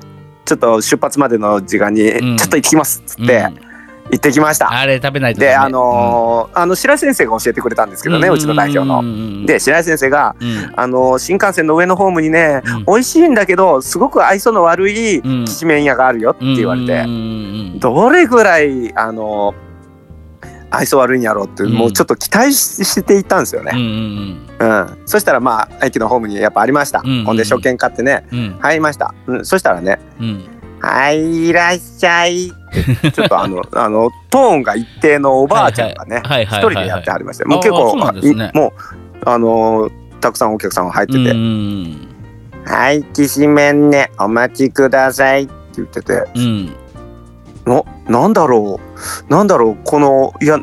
B: ちょっと出発までの時間に、
A: ん
B: ちょっと行ってきますっつって、
A: うん
B: 行ってきました。
A: あれ食べないとダメ
B: で、あのーあの白井先生が教えてくれたんですけどね、うちの代表の。
A: の
B: で白井先生が、
A: うん
B: あのー新幹線の上のホームにね、
A: うん
B: 美味しいんだけどすごく愛想の悪い
A: うん
B: きしめん屋があるよって言われて、
A: うんうん
B: どれぐらいあのー愛想悪いんやろうって、
A: うん
B: もうちょっと期待ししていったんですよ
A: うんう
B: ね、
A: ん
B: うんそしたらまあ駅のホームにやっぱありました、
A: うん
B: ほんで初見買ってね
A: うんうん
B: 入りました、うん、そしたらね
A: うん
B: 「はいいらっしゃい」
A: [LAUGHS]
B: ってちょっとあのあのトーンが一定のおばあちゃんがね、
A: はい
B: 一
A: はい
B: 人
A: はい
B: でや
A: は
B: っ
A: い
B: てはりまして、
A: あーそう
B: も
A: な
B: うん
A: です
B: 結構、
A: ね
B: もうあのーたくさんお客さんが入ってて
A: うん
B: 「はいきしめんねお待ちください」って言ってて
A: うんうん
B: 「のなんだろうなんだろうこのいや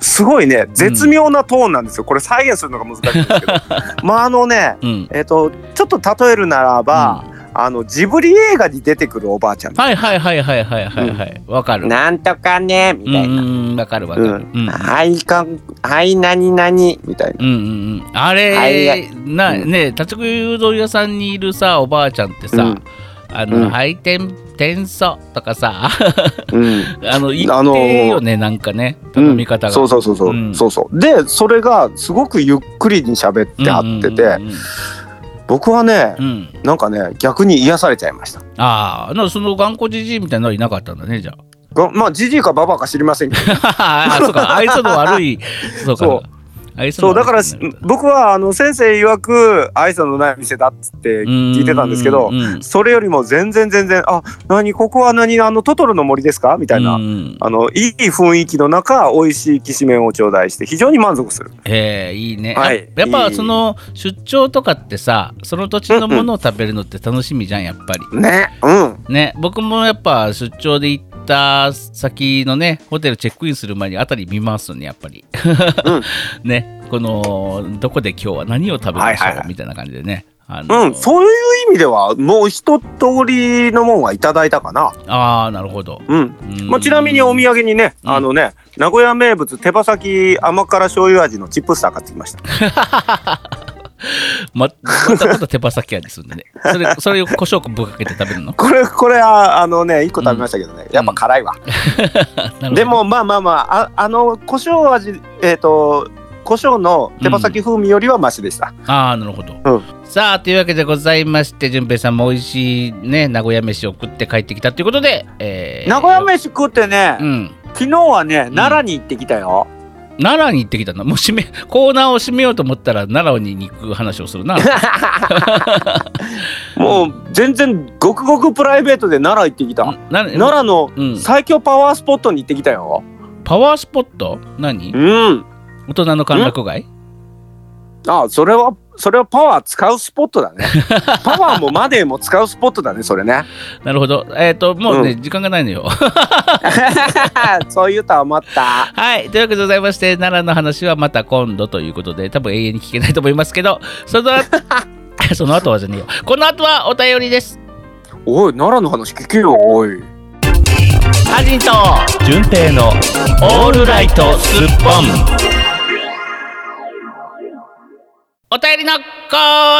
B: すごいね絶妙なトーンなんですよこ
A: [LAUGHS]
B: れ再現するのが難しいんですけどまああのね
A: うん
B: えっ、とちょっと例えるならば、あのジブリ映画に出てくるおばあちゃん
A: はいはいはいはいはいはいはいわかる
B: なんとかねみ
A: う
B: たい
A: ん
B: な、
A: うんわかるわかるう
B: うん
A: んうん
B: はいかんはい何々みたいな
A: うんうんあ
B: は
A: れ
B: い
A: な
B: うん
A: ね立ち食いうどん屋さんにいるさおばあちゃんって
B: う
A: さ
B: ん
A: あ
B: う
A: の
B: ん
A: 配点転送とかさ [LAUGHS]
B: うん
A: あの言ってよねなんかね頼み方が
B: そうそうそうそう、
A: うん
B: そうそうでそれがすごくゆっくりに喋ってあってて、
A: うんうん
B: 僕はね
A: うんうん
B: なんかね逆に癒されちゃいました
A: ああなんかその頑固じじいみたいなのいなかったんだねじゃ
B: がまあじじいかばばあか知りませんけど
A: あ [LAUGHS] あそうか愛想の悪
B: [LAUGHS]
A: いそうか
B: そう
A: 愛想
B: そ
A: の
B: うだか
A: 悪
B: ら
A: い人になる
B: 僕はあの先生曰く愛さのない店だっつって聞いてたんですけど
A: ううん
B: それよりも全然全然「あ何ここは何あのトトロの森ですか?」みたいな、
A: うん
B: あのいい雰囲気の中美味しいきしめんを頂戴して非常に満足する。
A: ええいいね、
B: はい
A: やっぱ
B: いい
A: その出張とかってさその土地のものを食べるのって楽しみじゃんやっぱり
B: ねうん
A: ね僕もやっぱ出張で行った先のねホテルチェックインする前に辺り見ますねやっぱり、 [LAUGHS] ねこのどこで今日は何を食べましょう、
B: はいはいはい
A: みたいな感じでねあの
B: うんそういう意味ではもう一通りのもんはいただいたかな。
A: ああなるほど、
B: うん
A: うん
B: まあ、ちなみにお土産にね、
A: うん
B: あのね名古屋名物手羽先甘辛醤油味のチップスター買ってきました。
A: ままたまた手羽先味するんでねそれそれを胡椒ぶっかけて食べるの
B: これこれはあのね一個食べましたけどね、やっぱ辛いわ。
A: [LAUGHS] なるほど
B: でもまあまあまあああの胡椒味えっ、と胡椒の手羽先風味よりはマシでした。
A: ああなるほど、
B: うん
A: さあというわけでございまして淳平さんも美味しいね名古屋飯を食って帰ってきたということで、えー
B: 名古屋飯食ってね、
A: うん
B: 昨日はね奈良に行ってき
A: [LAUGHS]
B: たよ。
A: 奈良に行ってきたなもう締めコーナーを締めようと思ったら奈良に行く話をするな
B: もう全然ごくごくプライベートで奈良行ってきた。
A: 奈
B: 奈良の
A: うん
B: 最強パワースポットに行ってきたよ。
A: パワースポット何
B: うん。
A: 大人の歓楽街
B: あそれはそれはパワー使うスポット
A: [LAUGHS]
B: だねパワーもマネーも使うスポットだねそれね
A: なるほどえっ、ともうね、
B: う
A: 時間がないのよ [LAUGHS]
B: [LAUGHS] そういうとは思った
A: はいというわけでございまして奈良の話はまた今度ということで多分永遠に聞けないと思いますけどその後
B: [LAUGHS]
A: その後はじゃねえよこの後はお便りです
B: おい奈良の話聞けよおい
A: ハジンと純平のオールライトスッポン。お便りのコー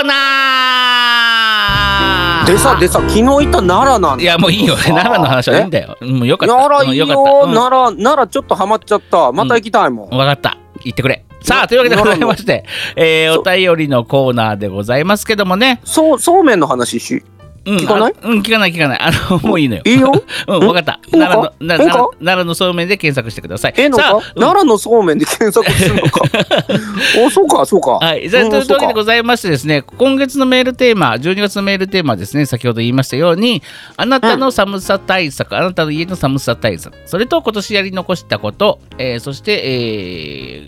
A: ナー。
B: でさでさ昨日行った奈良なんだ
A: いやもういいよ。奈良の話はいいんだよ。もうよかった。
B: 奈良いいよ、
A: うんよかった。
B: 奈良奈良ちょっとハマっちゃったまた行きたいもん、
A: 分かった。言ってくれ。さあというわけでございまして、えーお便りのコーナーでございますけどもね。
B: そうそうめんの話し
A: うん、
B: 聞かない
A: あうん聞かない聞かない。あのもういいのよ。
B: い
A: [LAUGHS]
B: いよ
A: うん分かった。
B: いいの
A: 奈良
B: か
A: のない
B: い
A: 奈
B: のか
A: 良奈良のそうめんで検索してください。
B: ええの
A: さ
B: か
A: あ、うん
B: 奈良のそうめんで検索するの
A: [LAUGHS]
B: かおそうかそうか
A: はい、じゃあ
B: うん
A: という
B: そう
A: わけ
B: か
A: でございましてですね今月のメールテーマ12月のメールテーマはですね先ほど言いましたようにあなたの寒さ対策、あなたの家の寒さ対策それと今年やり残したこと、えーそして、え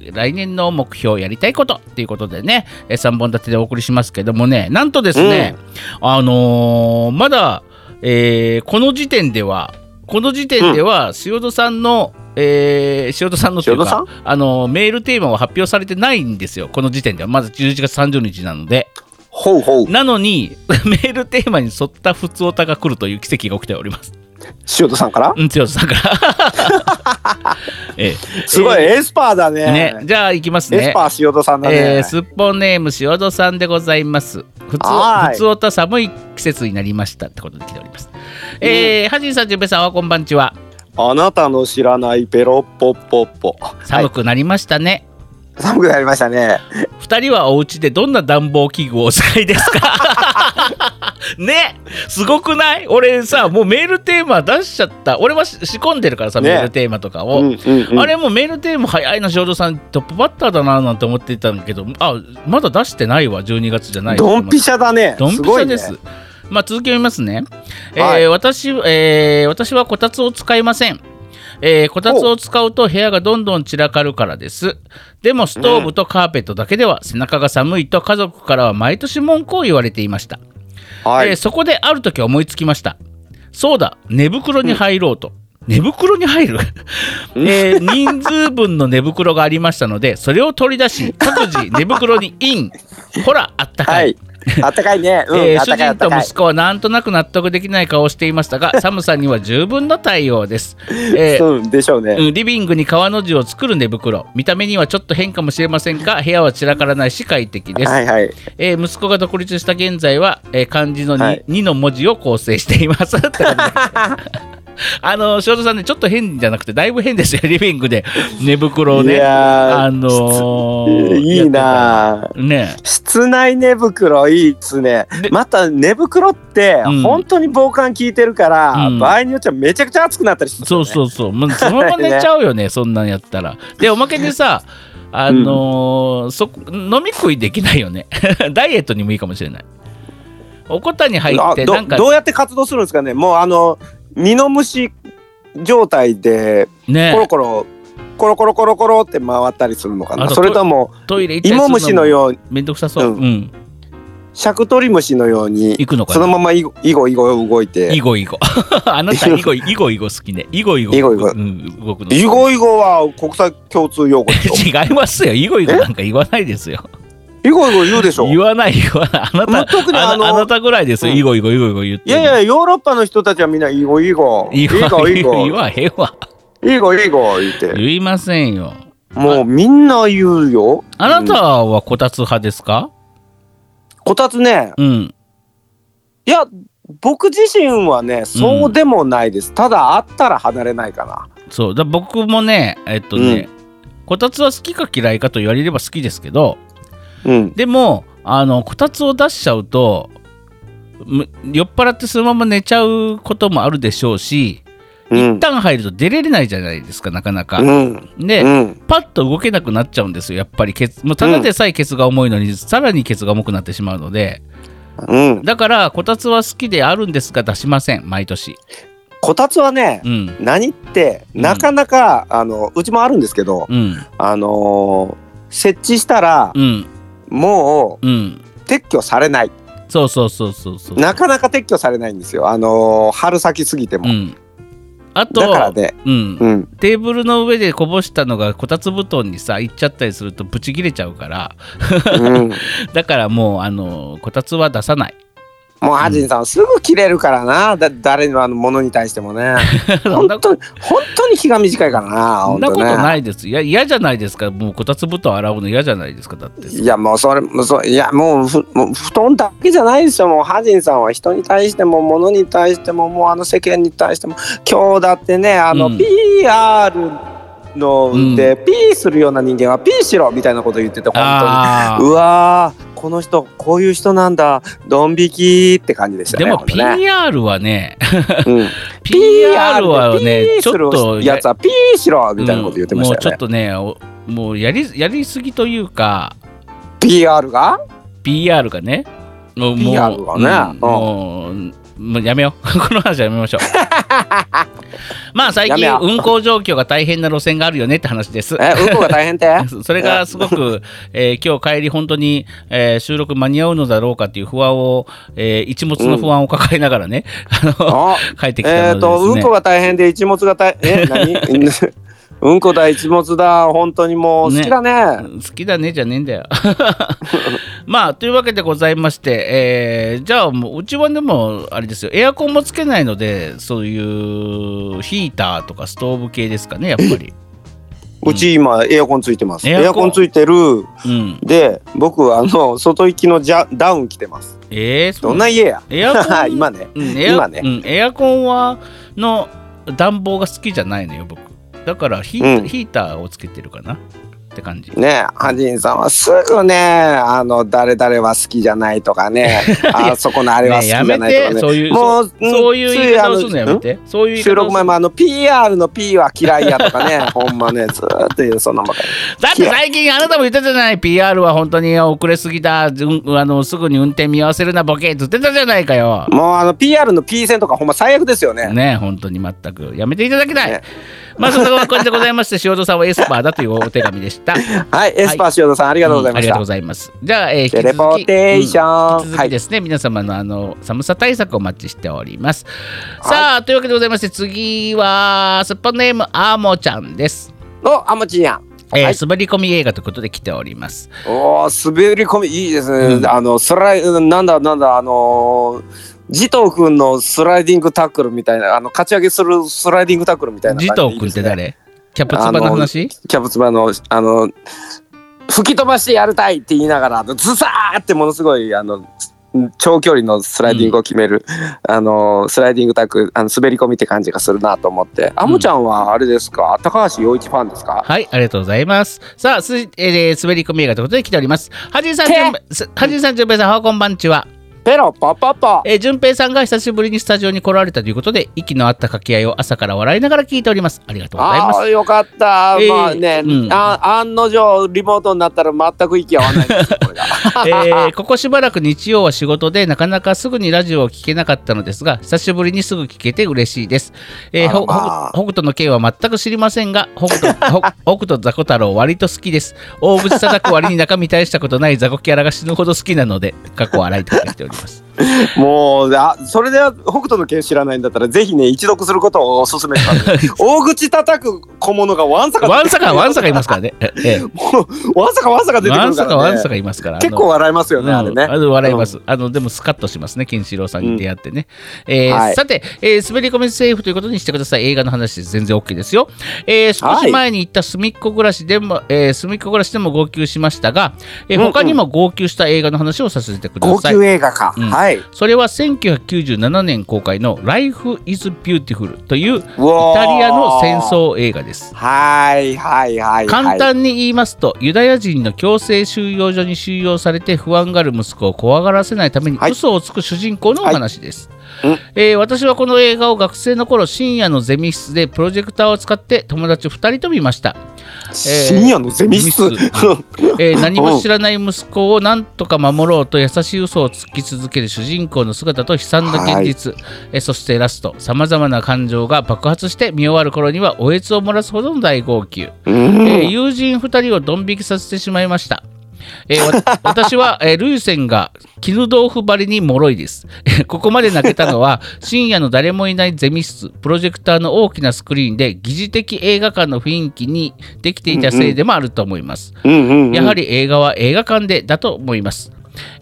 A: ー来年の目標やりたいことということでね3本立てでお送りしますけどもねなんとですね、あのーまだ、えーこの時点ではこの時点では塩戸さんの、えー塩戸さんのというか
B: 塩
A: あのメールテーマは発表されてないんですよこの時点ではまず11月30日なので
B: ほうほう
A: なのに [LAUGHS] メールテーマに沿った普通オタが来るという奇跡が起きております
B: 塩田さんから
A: うん強さんから [LAUGHS] え
B: すごいエスパーだ
A: え
B: ね
A: ねじゃあいきます
B: エ
A: ね
B: スパー塩田さんだね、
A: えーすっぽんネーム塩戸さんでございます。普通
B: はーい
A: 普通おた寒い季節になりましたってことで来ております。えー、はじんさん、じゅんべいさんはこんばんちは。
B: あなたの知らないペロッポッポッポ。は
A: 寒
B: い、
A: くなりましたね。
B: 寒くなりましたね。
A: 二人はお家でどんな暖房器具をお使いですか
B: [LAUGHS]
A: ねすごくない俺さもうメールテーマ出しちゃった俺はし仕込んでるからさ、
B: ね
A: メールテーマとかを、
B: うんうんうん
A: あれもうメールテーマ早いな少女さんトップバッターだななんて思ってたんだけどあまだ出してないわ12月じゃない
B: ドンピシャだね。
A: ドンピシャです。
B: ごいね
A: まあ続きを見ますね。
B: はい
A: えー私えー私はこたつを使いません。えーこたつを使うと部屋がどんどん散らかるからです。でもストーブとカーペットだけでは背中が寒いと家族からは毎年文句を言われていました。
B: はい。
A: えーそこである時思いつきましたそうだ寝袋に入ろうと、寝袋に入る、えー人数分の寝袋がありましたのでそれを取り出し各自寝袋にインほらあったかい、
B: はいあったかいね。うん、
A: えー
B: あっ
A: 主
B: たかいあっ
A: 人
B: た
A: と
B: かい。
A: 息子はなんとなく納得できない顔をしていました
B: [LAUGHS]
A: が寒さには十分の対応です、えー
B: うん、でしょうね。
A: うんリビングに川の字を作る寝袋見た目にはちょっと変かもしれませんが部屋は散らからないし快適です、
B: はいはい。
A: えー息子が独立した現在は、えー漢字の 2,、
B: はい
A: 二の文字を構成しています
B: [LAUGHS]
A: ってことであの塩田さんねちょっと変じゃなくてだいぶ変ですよリビングで寝袋を
B: い
A: ね
B: やー
A: あのー
B: いいなあ
A: ね
B: 室内寝袋いいっすね
A: で
B: また寝袋って
A: うん
B: 本当に防寒効いてるから、
A: うん
B: 場合によっちゃめちゃくちゃ暑くなったりする、ね、
A: そうそうそう、もうそのまま寝ちゃうよ
B: [LAUGHS]
A: ねそんなんやったらでおまけにさあのーそこ飲み食いできないよね [LAUGHS] ダイエットにもいいかもしれないおこたに入っ
B: あ
A: て
B: ど
A: なんか
B: どうやって活動するんですかねもうあの身の虫状態でコ
A: ね
B: ロコロ、コロコロコロコロって回ったりするのか
A: あ
B: な
A: と
B: それとも
A: トイレ行ったり
B: 芋
A: す
B: 虫
A: るの
B: の
A: も
B: ように
A: めんどくさそう、う
B: うんんシャクトリムシのように
A: 行くのか
B: その
A: な
B: ままいごいごいご動いて
A: イゴイゴ [LAUGHS] あなたイゴイイゴイゴ好きねイゴイゴ
B: イゴイゴ
A: うん動くの
B: いごいごは国際共通用語でしょ
A: [LAUGHS] 違いますよイゴイゴなんか言わないですよ
B: いごいご言うでしょ
A: 言わない言わ [LAUGHS] ないあな
B: ま
A: た
B: あ特に
A: あ
B: あ
A: な
B: の
A: あなたぐらいですよ、
B: うん
A: イゴイゴイゴイゴ言って
B: いやいや、ヨーロッパの人たちはみんな、いいごいいご、いい
A: 言
B: ご
A: わ
B: いいご、い
A: 言わへんわ
B: いごいいご、言って。
A: 言いませんよ
B: もうみんな言うよ。
A: あな
B: うん
A: たはこたつ派ですか
B: こたつね、
A: うん
B: いや、僕自身はね、そうでもないです。ただ、あったら離れないかな。
A: そうだ僕もねえっとね、こたつは好きか嫌いかと言われれば好きですけど
B: うん。
A: でもあのこたつを出しちゃうとむ酔っ払ってそのまま寝ちゃうこともあるでしょうし、
B: うん
A: 一。旦入ると出れれないじゃないですかなかなか
B: う。ん。
A: で、
B: うん。
A: パッと動けなくなっちゃうんですよやっぱりケツもうただでさえケツが重いのに、さらにケツが重くなってしまうので
B: うん。
A: だからこたつは好きであるんですが出しません毎年。
B: こたつはね
A: う、ん
B: 何って、
A: うん
B: なかなか、あの、うちもあるんですけど、
A: うん
B: あのー、設置したら、
A: うん
B: も
A: うん
B: う撤去されない。
A: そうそうそうそうそう。
B: なかなか撤去されないんですよ。あのー、春先過ぎて
A: う
B: も。
A: ん。あと
B: だからね、
A: うん、
B: うん。
A: テーブルの上でこぼしたのがこたつ布団にさ行っちゃったりするとブチ切れちゃうから
B: うん
A: [LAUGHS] だからもうあのこたつは出さない [LAUGHS]
B: もうアジンさんはすぐ切れるからな、だ誰のあのものに対してもね
A: [LAUGHS] そん
B: 本
A: な
B: 当に本当に気が短いからな
A: そん
B: 本
A: な
B: 当
A: こと
B: ね
A: ないですいや嫌じゃないですかもうこたつ布団洗うの嫌じゃないですかだって
B: いやもうそれもうそいやもうふもう布団だけじゃないですよもうハジンさんは人に対しても物に対してももうあの世間に対しても今日だってねあの
A: うん
B: PR の
A: う
B: で P するような人間は P しろみたいなこと言ってて本
A: あ
B: 当にうわーこの人こういう人なんだドン引きって感じで
A: ー
B: したね
A: でも
B: 本当ね
A: PR はね
B: うん
A: PR は
B: ピ
A: ね
B: ー
A: ち
B: す
A: ょ
B: る
A: っと
B: やつはピーしろみたいなこと言ってましたよね。
A: うんもうちょっとねおもうやりやりすぎというか
B: PR が
A: PR がねもう
B: PR がね
A: もう,、
B: う
A: も
B: ん
A: うもうやめよう [LAUGHS] この話はやめましょう
B: [LAUGHS]
A: まあ最近
B: やめよ
A: 運行状況が大変な路線があるよねって話です
B: えうんこが大変って
A: [LAUGHS] それがすごく、えー今日帰り本当に、えー収録間に合うのだろうかっていう不安を、えー一物の不安を抱えながらね、あの
B: あ
A: 帰ってき
B: え
A: た
B: っ
A: の
B: と
A: で
B: うん
A: です
B: こ
A: ね
B: が大変で一物が大
A: [LAUGHS]
B: え何 [LAUGHS] うんこだ一物だ本当にもう好きだね。
A: 好きだねじゃねえんだよ。 [LAUGHS] まあというわけでございまして、えーじゃあもううちはでもあれですよエアコンもつけないのでそういうヒーターとかストーブ系ですかねやっぱ
B: [LAUGHS]
A: り。
B: うち今エアコンついてます。
A: エアコン
B: エアコンついてる
A: うん、
B: で僕あの外行きのジャダウン着てます。
A: えー、そ
B: ど
A: うん
B: な家や。
A: エアコン
B: [LAUGHS] 今ね。
A: うんエア
B: 今ね
A: うんエアコンはの暖房が好きじゃないのよ僕だからヒー,、
B: うん
A: ヒーターをつけてるかなって感じ。
B: ねハジンさんはすぐねあの誰々は好きじゃないとか
A: [LAUGHS]
B: ねあそこのあれは好きじゃ
A: ね
B: な
A: や
B: いと
A: め
B: か
A: てそ
B: ね
A: ういう
B: もう
A: そそういう言い方をするのやめ
B: ん
A: てそういう言い
B: 収
A: 方をす
B: 録
A: る
B: 前もあの PR の P は嫌いやとか
A: [LAUGHS]
B: ねほんまねずーっと言うそんなばっかり
A: だって最近あなたも言ってたじゃない PR は本当に遅れすぎだ、うんあのすぐに運転見合わせるなボケって言ってたじゃないかよ
B: もうあの PR の P 線とかほんま最悪ですよね
A: ね本当に全くやめていただきたい、
B: ね
A: まあそんな感じでございまして塩戸さんはエスパーだというお手紙で
B: [LAUGHS]
A: したあ
B: はいエスパー塩田さんあり
A: り
B: がとうございま
A: あり
B: し
A: が
B: た、
A: とうございますじゃあ、えー、引き
B: で
A: 続き
B: レポーテーション、
A: うん引き続
B: は
A: き
B: い
A: ですね、皆様のあの寒さ対策お待ちしておりますさあというわけでございまして次はすっぽんネームアーモちゃんです
B: のあもちんやん
A: えー
B: はい
A: 滑り込み映画ということで来ております。
B: おー滑り込みいいですね、
A: うん
B: あのスライなんだなんだあのー慈瞳君のスライディングタックルみたいなあの勝ち上げするスライディングタックルみたいな
A: ジトー君って
B: 感じでいいですね
A: 誰キャプツバの話
B: キャプツバのあの吹き飛ばしてやりたいって言いながらズサーってものすごいあの長距離のスライディングを決める、あのスライディングタックあの滑り込みって感じがするなと思ってあもちゃんはあれですか、高橋陽一ファンですか
A: はい、ありがとうございます。さあ、すえー滑り込み映画ということで来ております。はじいさん、じゅんすはじいさん、じゅんぺいさん、はこんばんちは。
B: ペロパパパ
A: えー、じゅんぺいさんが久しぶりにスタジオに来られたということで、息の合った掛け合いを朝から笑いながら聞いております。ありがとうございま
B: ああ
A: す。
B: ーよかった、
A: えー
B: まあね、
A: うん
B: あ案の定リモートになったら全く息合わないですこれが
A: [LAUGHS] えーここしばらく日曜は仕事でなかなかすぐにラジオを聞けなかったのですが久しぶりにすぐ聞けて嬉しいです、えー
B: あら
A: ほ
B: まあ
A: ほ北斗の件は全く知りませんが北斗 [LAUGHS] ほ北斗雑魚太郎割と好きです大口叩く割に中身大したことない [LAUGHS] 雑魚キャラが死ぬほど好きなので過去笑いと書いており
B: [LAUGHS]
A: ます
B: もうあそれで北斗の拳知らないんだったらぜひね一読することをおすすめします
A: [LAUGHS]
B: 大口叩く小物がわんさか
A: ワンサカワンサカいますからね、ええ
B: [LAUGHS] もうわんさかわんさか出てく
A: ワ
B: る
A: ン
B: か
A: サカワ
B: ら
A: ン
B: ね
A: サカいますから
B: 結構笑いますよね、あれ
A: うん
B: ね
A: あの笑います、あのでもスカッとしますね健志郎さんに出会ってね、えー
B: はい
A: さて、えー滑り込みセーフということにしてください映画の話です全然 OK ですよ、えー少
B: は
A: し
B: い
A: 前に行った隅っこ暮らしでも、えー隅っこ暮らしでも号泣しましたが、えー
B: うんうん
A: 他にも号泣した映画の話をさせてくだ
B: 高
A: さい、
B: 級映画か、
A: うん
B: はい
A: それは1997年公開の「Life is Beautiful」というイ
B: うおー
A: タリアの戦争映画です
B: はいはいはいはい
A: 簡単に言いますと、ユダヤ人の強制収容所に収容されて不安がる息子を怖がらせないために
B: はい
A: 嘘をつく主人公のお話です、
B: うん
A: えー私はこの映画を学生の頃深夜のゼミ室でプロジェクターを使って友達2人と見ました、
B: 深夜のゼミ
A: ゼ
B: 室、
A: ミ
B: [LAUGHS]
A: 室えー何も知らない息子を何とか守ろうと優しい嘘をつき続ける主人公の姿と悲惨な現実、えーそしてラストさまざまな感情が爆発して見終わる頃にはおえつを漏らすほどの大号泣
B: うん
A: えー友人2人をドン引きさせてしまいました。えー
B: [LAUGHS]
A: わ私は、えールイセンが絹豆腐張りに脆いです。 [LAUGHS] えーここまで泣けたの
B: [LAUGHS]
A: は深夜の誰もいないゼミ室、プロジェクターの大きなスクリーンで疑似的映画館の雰囲気にできていたせいでもあると思います。
B: うんうんうん
A: やはり映画は映画館でだと思います。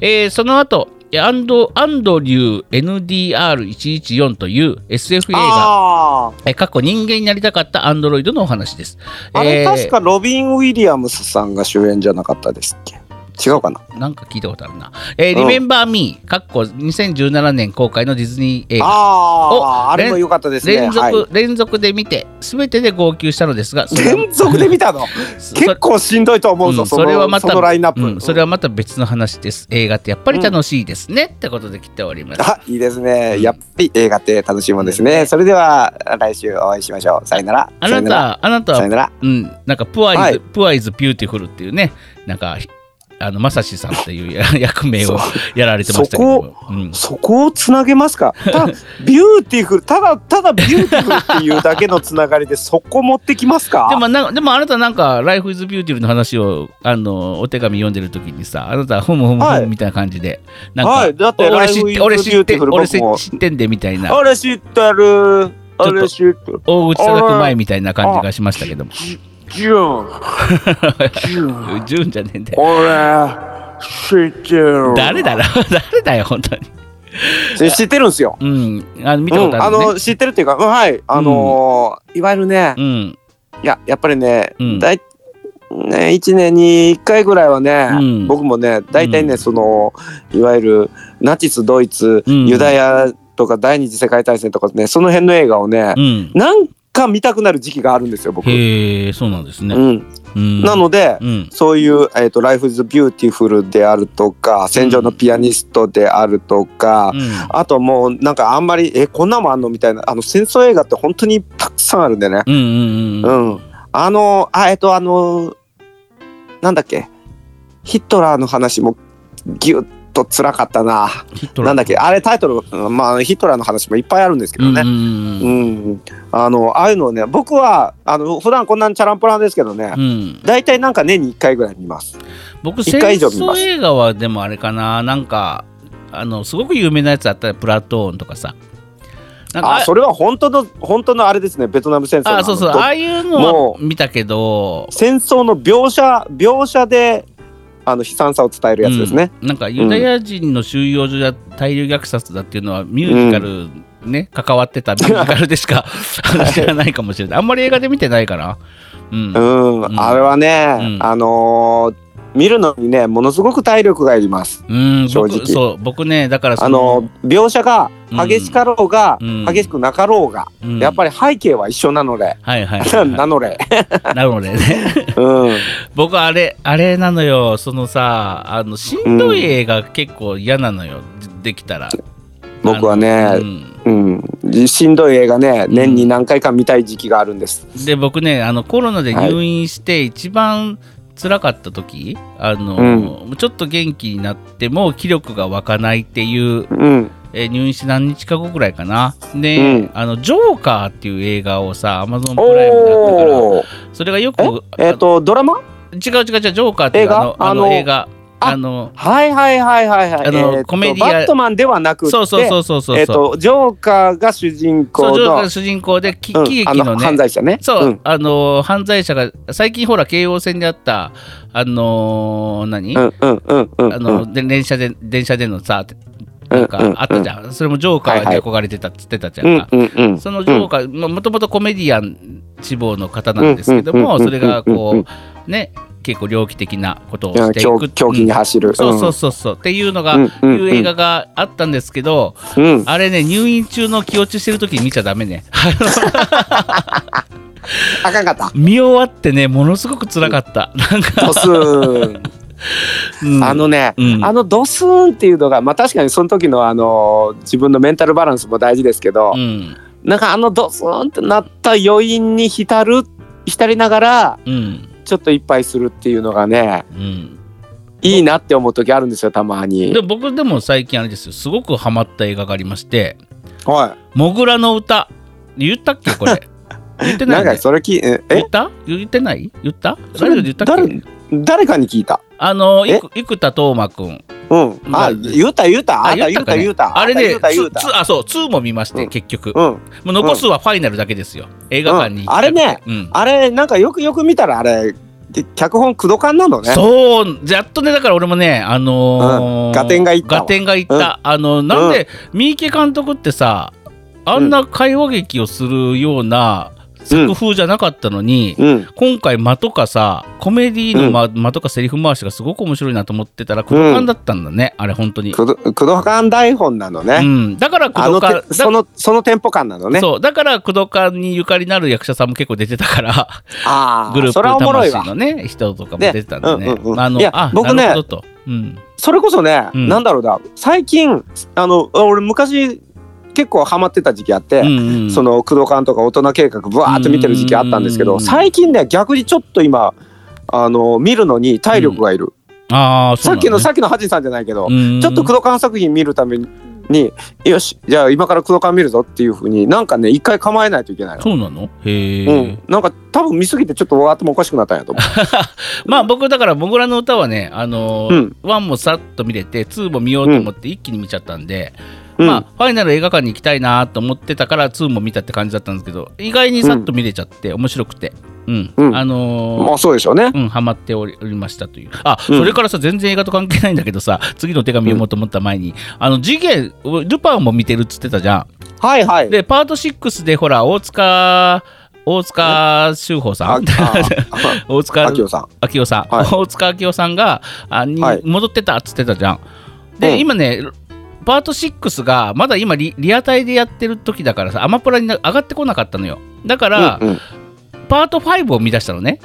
A: えーその後アンドアンドリュー NDR114 という SF 映画、
B: あー
A: えー過去人間になりたかったアンドロイドのお話です。
B: あれ
A: えー
B: 確かロビン・ウィリアムスさんが主演じゃなかったですっけ違うかな
A: なんか聞いたことあるな。えー、
B: うん
A: Remember Me、かっこ2017年公開のディズニー映画。
B: あ
A: お
B: ああれも良かったですね
A: 連続、
B: はい
A: 連続で見て、すべてで号泣したのですが、それは
B: 連続で見たの
A: [LAUGHS] そ
B: 結構しんどいと思うぞ、
A: うん
B: そ
A: それ
B: れ
A: は
B: は
A: ま
B: ま
A: た
B: たそのラインナップ、
A: うん、それはまた別の話です。映画ってやっぱり楽しいですね。ってことで来ております。
B: あいいですねやっぱり映画って楽しいもんですねそれでは来週お会いしましょうさよなら
A: あなた、あなた
B: さよ
A: は、
B: なら
A: うん、なんか、プアイズ、
B: はい
A: プアイズビューティフルっていうね、なんか、あの、まさしさんっていうや [LAUGHS] 役名をやられてましたけども、うん、
B: そこをつなげますか
A: [LAUGHS]
B: ただビューティフルただただビューティフルっていうだけのつなが
A: [LAUGHS]
B: りでそこ持ってきますか
A: でもなでもあなたなんか「Life is Beautiful」の話をあのお手紙読んでる時にさあなたふむふむ
B: は
A: ふむ
B: い
A: みたいな感じで、なんか、
B: はいだって
A: お俺
B: Life
A: 知っ
B: is
A: て俺知って
B: Beautiful
A: 俺知
B: 僕も
A: 知ってんでみたいな
B: あれ知ってるあれ知ってる
A: 大口叩く前みたいな感じがしましたけども
B: ジュン
A: [LAUGHS]
B: ジュン
A: ジュンじゃねえんだよ
B: 俺知ってる
A: 誰だろ誰だよ本当に
B: え知ってるんすよ
A: うんあの見たことある
B: うん
A: ね
B: の知ってるっていうか、うん、はいあのーいわゆるね、
A: うん、うん
B: いややっぱりね、
A: うん
B: だいね1年に1回ぐらいはね、
A: うん
B: 僕もね大体ね、
A: うん
B: そのいわゆるナチスドイツ、
A: うん
B: ユダヤとか第二次世界大戦とかねその辺の映画をね、なんか見たくなる時期があるんですよ僕。
A: へえそうなんですね、
B: うん、
A: うん
B: なので、
A: うん
B: そういう「えー、と Life is Beautiful」であるとか「戦場のピアニスト」であるとか、
A: うん
B: あともうなんかあんまりえこんなもんあんのみたいなあの戦争映画って本当にたくさんあるんでね
A: うんうんうん
B: う
A: うん
B: ん、あのあえっとあのなんだっけヒトラーの話もギュッと辛かったな
A: ヒットラ
B: な
A: ー
B: んだっけあれタイトル、うんまあ、ヒトラーの話もいっぱいあるんですけ
A: うん
B: ど
A: う
B: ね、
A: ん
B: う
A: うん
B: んあのああいうのをね僕はあの普段こんなにチャランポランですけどね、
A: うん
B: 大体なんか年に1回ぐらい見ます
A: 僕戦
B: 一回以上見ま
A: 争
B: す
A: 映画はでもあれかななんかあのすごく有名なやつあったらプラトーンとかさなんか
B: あそれは本当の本当のあれですねベトナム戦争の
A: あそうそう
B: あのど
A: ああいうの
B: も
A: は見たけど
B: 戦争の描写描写であの悲惨さを伝えるやつですね、
A: うんなんかユダヤ人の収容所や大量虐殺だっていうのはミュージカル、ね、関わってたミュージカルでし
B: [LAUGHS]
A: か話がないかもしれないあんまり映画で見てないからうん、う
B: う
A: ん
B: ん
A: うん
B: あれはね、
A: うん
B: あのー見るのにねものすごく体力がいります正直
A: 僕そう僕ねだからそ
B: あのー描写が激しかろうが、
A: うん
B: 激しくなかろうが、
A: うん
B: やっぱり背景は一緒なので、
A: はいはい、はい
B: [LAUGHS] なので、
A: なのでね
B: うん、
A: 僕あれあれなのよそのさあのしんどい映画結構嫌なのよ、でできたら
B: 僕は
A: あの
B: ね
A: う、ん
B: うん、しんどい映画ね年に何回か見たい時期があるんです、
A: で僕ねあのコロナで入院して一番辛かった時、あのちょっと元気になっても気力が湧かないっていう、
B: うん、
A: えー入院して何日か後くらいかなで、
B: うん
A: あのジョーカーっていう映画をさアマゾンプライムであったから
B: おお
A: それがよく
B: えっ、とドラマ
A: あ違う違う違うジョーカーっていう
B: 映画
A: あのあ
B: あ
A: の
B: の
A: 映画
B: あ
A: あの
B: はいはいはいはいはい。
A: あの
B: えーと
A: コメディア
B: バットマンではなくて、
A: そうそうそうそうそうそう、
B: えっ、とジョーカーが主人
A: そう
B: 公
A: ジョーカー
B: の
A: の主人公でき
B: うん
A: 喜劇
B: あ
A: のね
B: 犯罪者ね。
A: そう、
B: ん
A: あのー犯罪者が最近ほら京王線であったあのー何、
B: うんうんうんうんうん。
A: あの、で電車で電車でのさ
B: うん
A: なんかあったじゃん、それもジョーカー
B: はい
A: に
B: は
A: 憧れてたっつってたじゃん
B: う
A: か、
B: んうんうん。
A: そのジョーカー、まあもともとコメディアン志望の方なんですけども、
B: うんうんうんうん
A: それが
B: う
A: こ
B: ん
A: うね結構猟奇的なことを
B: う
A: し
B: ん
A: てい
B: 狂
A: く
B: 狂気に走る。
A: うんそうそううそうそうっていうのが、
B: んうん
A: いう映画があったんですけど、
B: うんうん
A: あれね入院中の気落ちしてる時に見ちゃダメね
B: あかんかった。
A: 見終わってねものすごく辛かった、なんか、
B: ドスーン。
A: [LAUGHS] うん
B: あのね。
A: うん
B: あのドスーンっていうのが、まあ、確かにその時のあの自分のメンタルバランスも大事ですけど、
A: うん
B: なんかあのドスーンってなった余韻に浸る浸りながら
A: うん
B: ちょっと一杯するっていうのがね
A: うん
B: いいなって思う時あるんですよたまに
A: で。僕でも最近あれですよすごくハマった映画がありまして
B: は
A: 「モグラの歌」言ったっけこ
B: [LAUGHS]
A: れ言って
B: い。
A: な、
B: ないんか
A: ね、
B: それきえ
A: 言った言ってない言った
B: そ
A: ラ
B: れ
A: ジオで言ったっけ
B: 誰誰かに聞いた。
A: あのいく生田斗真君
B: うん。あ、
A: うん
B: 言うた言うた。あんた言
A: 言
B: う
A: ったか
B: た
A: ね
B: 言うた。
A: あれ
B: んた
A: ね
B: 言うた言う
A: ツ
B: た。
A: ーあそう2も見まして、
B: うん
A: 結局も
B: うん。
A: う残すはファイナルだけですよ、映画館に行きたくて
B: うんあれね、
A: うん
B: あれなんかよくよく見たらあれで脚本くどかんなのね。
A: そうやっとねだから俺もねあのー
B: うん合点がいったわ
A: 合点がいった、あのなんで三池監督ってさあんな会話劇をするような作風じゃなかったのに、
B: うん。
A: 今回間とかさコメディの間,、間とかセリフ回しがすごく面白いなと思ってたらクドカンだったんだね、あれ本当に、
B: くどくどかん台本なの
A: う
B: ね。
A: ん、だからク
B: あ
A: ド
B: の
A: カン
B: てそのそのテンポ感なのね。
A: そうだからクドカンにゆかりのある役者さんも結構出てたから
B: ああ。
A: グループ
B: それはおもろい
A: 魂の
B: わ。
A: ね人とかも出てたんでね
B: ねうんうんうん
A: あの
B: いや
A: あ
B: 僕ね
A: なるほどと、うん、
B: それこそね、
A: うん
B: なんだろうな。最近あの俺昔結構ハマってた時期あって。
A: うんうん
B: その工藤館とか大人計画ぶわーって見てる時期あったんですけ
A: う
B: ど
A: ん
B: 最近ね逆にちょっと今あの見るのに体力がいる、
A: ああそ
B: さ
A: う
B: っ
A: な
B: き
A: だ
B: の、
A: ね
B: さっきのハジンさんじゃないけど、
A: うん
B: ちょっと工藤館作品見るためによしじゃあ今から工藤館見るぞっていうふうになんかね一回構えないといけないの。
A: そうなのへえ、
B: うん、なんか多分見すぎてちょっとわーってもおかしくなったんやと思
A: まあ僕だから「モグラの歌」はね、あの
B: う。う
A: ー
B: ん、
A: 1もさっと見れて2も見ようと思って一気に見ちゃったんで、
B: うん、
A: まあ、ファイナル映画館に行きたいなと思ってたから2も見たって感じだったんですけど意外にさっと見れちゃって、面白くて、うん
B: うん
A: あの
B: ま
A: ー
B: あそうでしょうね。
A: うん、ハマっておりおりましたというあ、
B: うん
A: それからさ全然映画と関係ないんだけどさ次の手紙読もうと思った前に、あの次元ルパンも見てるっつってたじゃ
B: はいは
A: ん
B: い。
A: でパート6でほら大塚大塚修法さ
B: あ
A: ん
B: あ
A: 大
B: あ
A: 塚
B: あきおさん。
A: 明夫さん、
B: はい
A: 大塚明夫さんがあに
B: はい
A: 戻ってたっつってたじゃん。で、
B: うん
A: 今ねパート6がまだ今リリアタイでやってる時だからさアマプラにな上がってこなかったのよだから、
B: うんうん
A: パート5を見出したのね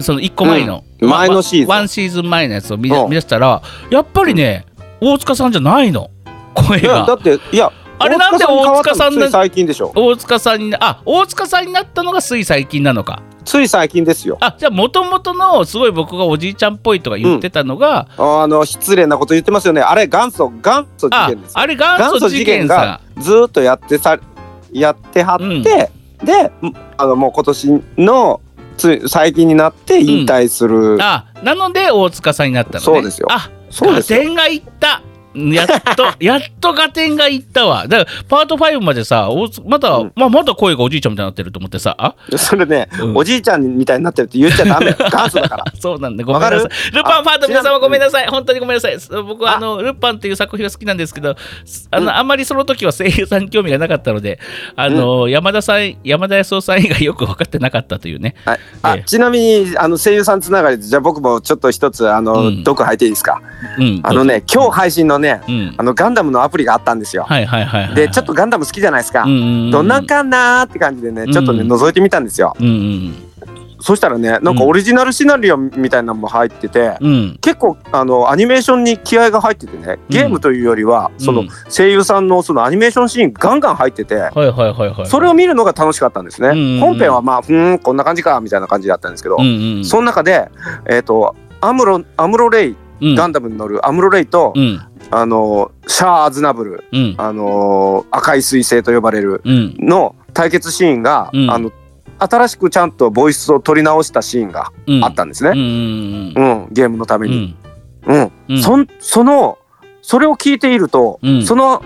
A: その1個前の、
B: うん
A: ま
B: 前のシーズン
A: ワンシーズン前のやつを見出
B: うん
A: 見出したらやっぱりね、大塚さんじゃないの声
B: いやだ
A: が
B: っていや
A: あれなんで大塚さんだ
B: 大に変わったのつい最近でしょ。
A: 大塚さんになあ大塚さんになったのがつい最近なのか
B: つい最近ですよ。
A: あじゃあもともとのすごい僕がおじいちゃんっぽいとか言ってたのが、
B: あの失礼なこと言ってますよね。あれ元祖元祖事件ですよ。
A: ああれ元祖事件さ
B: ずーっとやってさやってはって、
A: うん
B: であのもう今年のつい最近になって引退する。
A: あなので大塚さんになったのね
B: そうですよ
A: あ
B: そうですよ。
A: 合点がいったやっと [LAUGHS] やっと合点がいったわだからパート5までさおまだ、
B: うん
A: まあ、まだ声がおじいちゃんみたいになってると思ってさあ
B: [LAUGHS] それね、
A: うん
B: おじいちゃんみたいになってるって言っちゃ
A: [LAUGHS]
B: ダメ元祖だから
A: そうなんだごめんなさい
B: わか
A: ルパンファンの皆様
B: あ
A: ごめんなさい本当にごめんなさいす僕は
B: あ
A: あのルパンっていう作品が好きなんですけどすあの、
B: うん
A: あんまりその時は声優さんに興味がなかったのであの、山田さん山田康夫さん以外よく分かってなかったというね
B: はい、
A: ええ
B: あちなみにあの声優さんつながりでじゃあ僕もちょっと一つあの、
A: うん
B: 毒入っていいですか
A: うん
B: あのね今日配信のね
A: うん
B: あのガンダムのアプリがあったんですよ
A: はいはいはいはい
B: でちょっとガンダム好きじゃないですか、
A: うんうんうん
B: どんなんかなーって感じでねちょっとね、
A: うん
B: 覗いてみたんですよ
A: うんうん
B: そしたらねなんかオリジナルシナリオみたいなのも入ってて、
A: うん
B: 結構あのアニメーションに気合が入っててねゲームというよりは、そ
A: うん
B: の声優さんのそのアニメーションシーンガンガン入ってて、
A: はいはいはいはい
B: それを見るのが楽しかったんですね、
A: うんうんうん
B: 本編はまあふーんこんな感じかみたいな感じだったんですけど、
A: うんうん
B: その中でえっ、とアムロアムロレイ
A: うん
B: ガンダムに乗るアムロレイと、
A: うん
B: あのシャア・アズナブル
A: うん
B: あの赤い彗星と呼ばれる
A: うん
B: の対決シーンが、
A: うん
B: あの新しくちゃんとボイスを取り直したシーンが
A: うん
B: あったんです
A: うん
B: ね、
A: うん
B: うんゲームのた
A: う
B: めに。
A: ん
B: うん
A: うん
B: そんそのそれを聞いていると、
A: うん
B: その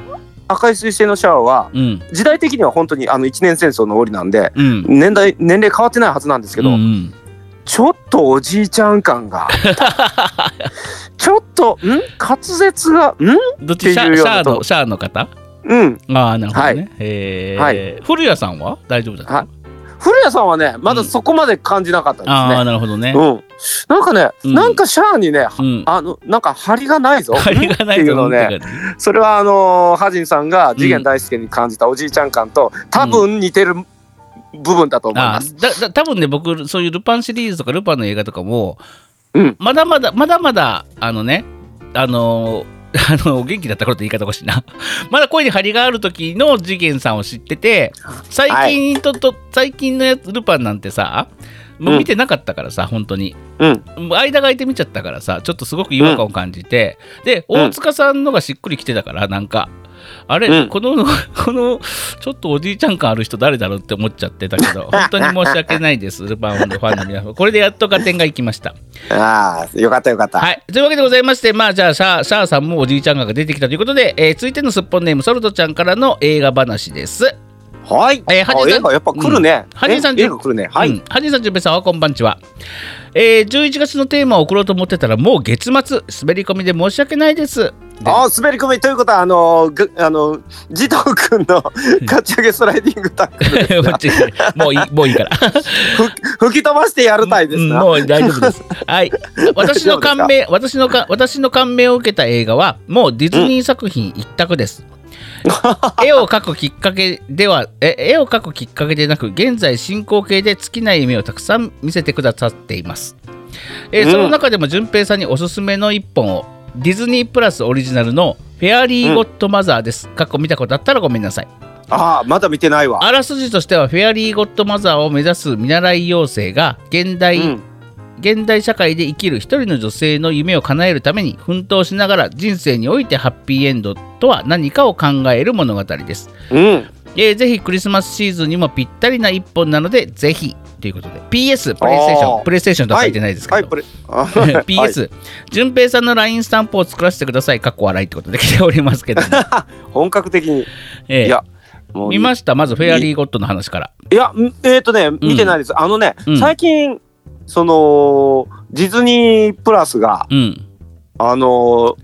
B: 赤い彗星のシャアは
A: うん
B: 時代的には本当にあの一年戦争の折なんで
A: うん
B: 年代年齢変わってないはずなんですけど、
A: うんうん
B: ちょっとおじいちゃん感が [LAUGHS] ちょっとん滑舌がん
A: どっちシ
B: ってい
A: ャ
B: う
A: シ
B: よう
A: ャア
B: なと
A: のシャアの方
B: うん
A: ああなるほどね、
B: は
A: えー
B: は
A: 古谷さんは大丈夫だった、
B: はい古谷さんはねまだそこまで感じなかったです
A: ああ
B: ね。
A: なるほどね、
B: うん、なんかね、
A: うん
B: なんかシャアにね、
A: うん
B: あのなんか張りがないぞ
A: 借りがない
B: ってい
A: と
B: う
A: 思
B: の
A: っ
B: ね
A: てから
B: それはあのー、ハジンさんが次元大介に感じたおじいちゃん感と多分似てる部分だと思い
A: あ
B: ま
A: あ
B: す。
A: だだ多分ね僕そういうルパンシリーズとかルパンの映画とかも、
B: うん
A: まだまだまだまだあのねあの [LAUGHS] ーあの元気だった頃って言い方おかしいな [LAUGHS] まだ声に張りがある時の次元さんを知ってて最近と、と最近のやつルパンなんてさもう見てなかったからさ、本当に
B: うん、
A: もう間が空いて見ちゃったからさちょっとすごく違和感を感じて、で
B: うん
A: 大塚さんのがしっくりきてたからなんかあれ、
B: うん
A: この [LAUGHS] このちょっとおじいちゃん感ある人誰だろうって思っちゃってたけど
B: [LAUGHS]
A: 本当に申し訳ないですルパンのファンの皆様これでやっと合点がいきま
B: [LAUGHS]
A: した
B: ああ、よかったよかった。
A: はいというわけでございましてまあじゃあシャアシャアさんもおじいちゃん感が出てきたということで、えー続いてのすっぽんネームソルトちゃんからの映画話です
B: はい。
A: えーハジンさん
B: あ映画やっぱ来るね。
A: ハジンさん
B: え映画来るね。は
A: うん
B: い。
A: ハジンさん、じゅんぺいさんはこんばんちは。えー、11月のテーマを送ろうと思ってたら、もう月末、滑り込みで申し訳ない
B: [LAUGHS]
A: です。 [LAUGHS] で
B: ああ滑り込みということはあのーぐあのー児童くんのかち上げスライディングタックル [LAUGHS]
A: もちもういい、もういいから。
B: 吹き飛ばしてやるたいです
A: うん
B: な。
A: もう大丈夫
B: [LAUGHS]
A: です。はい。私の感銘、私のか、私の感銘を受けた映画は、もうディズニー作品一択
B: [LAUGHS]
A: です。絵を描くきっかけではえ絵を描くきっかけでなく現在進行形で尽きない夢をたくさん見せてくださっています、えー
B: うん
A: その中でも順平さんにおすすめの一本をディズニープラスオリジナルの「フェアリー・ゴッド・マザー」です、過去見たことあったらごめんなさい
B: ああまだ見てないわ。
A: あらすじとしてはフェアリー・ゴッド・マザーを目指す見習い妖精が現代、
B: うん
A: 現代社会で生きる一人の女性の夢を叶えるために奮闘しながら人生においてハッピーエンドとは何かを考える物語です
B: うん。
A: えーぜひクリスマスシーズンにもぴったりな一本なので、ぜひということで、PS、プレイステーショ
B: あ
A: ン、
B: ー
A: プレイステーションとは書いてないですけど、
B: はいこれ。
A: [LAUGHS]
B: あはい
A: PS、淳平さんの LINE スタンプを作らせてください、かっこ笑いってことで来ております
B: [LAUGHS]
A: けども、
B: 本格的に
A: えー
B: いやもう
A: 見ました、まずフェアリーゴッドの話から。
B: いやんえっとね見てないです。あのね
A: うん
B: 最近そのディズニープラスが
A: うん。
B: あのー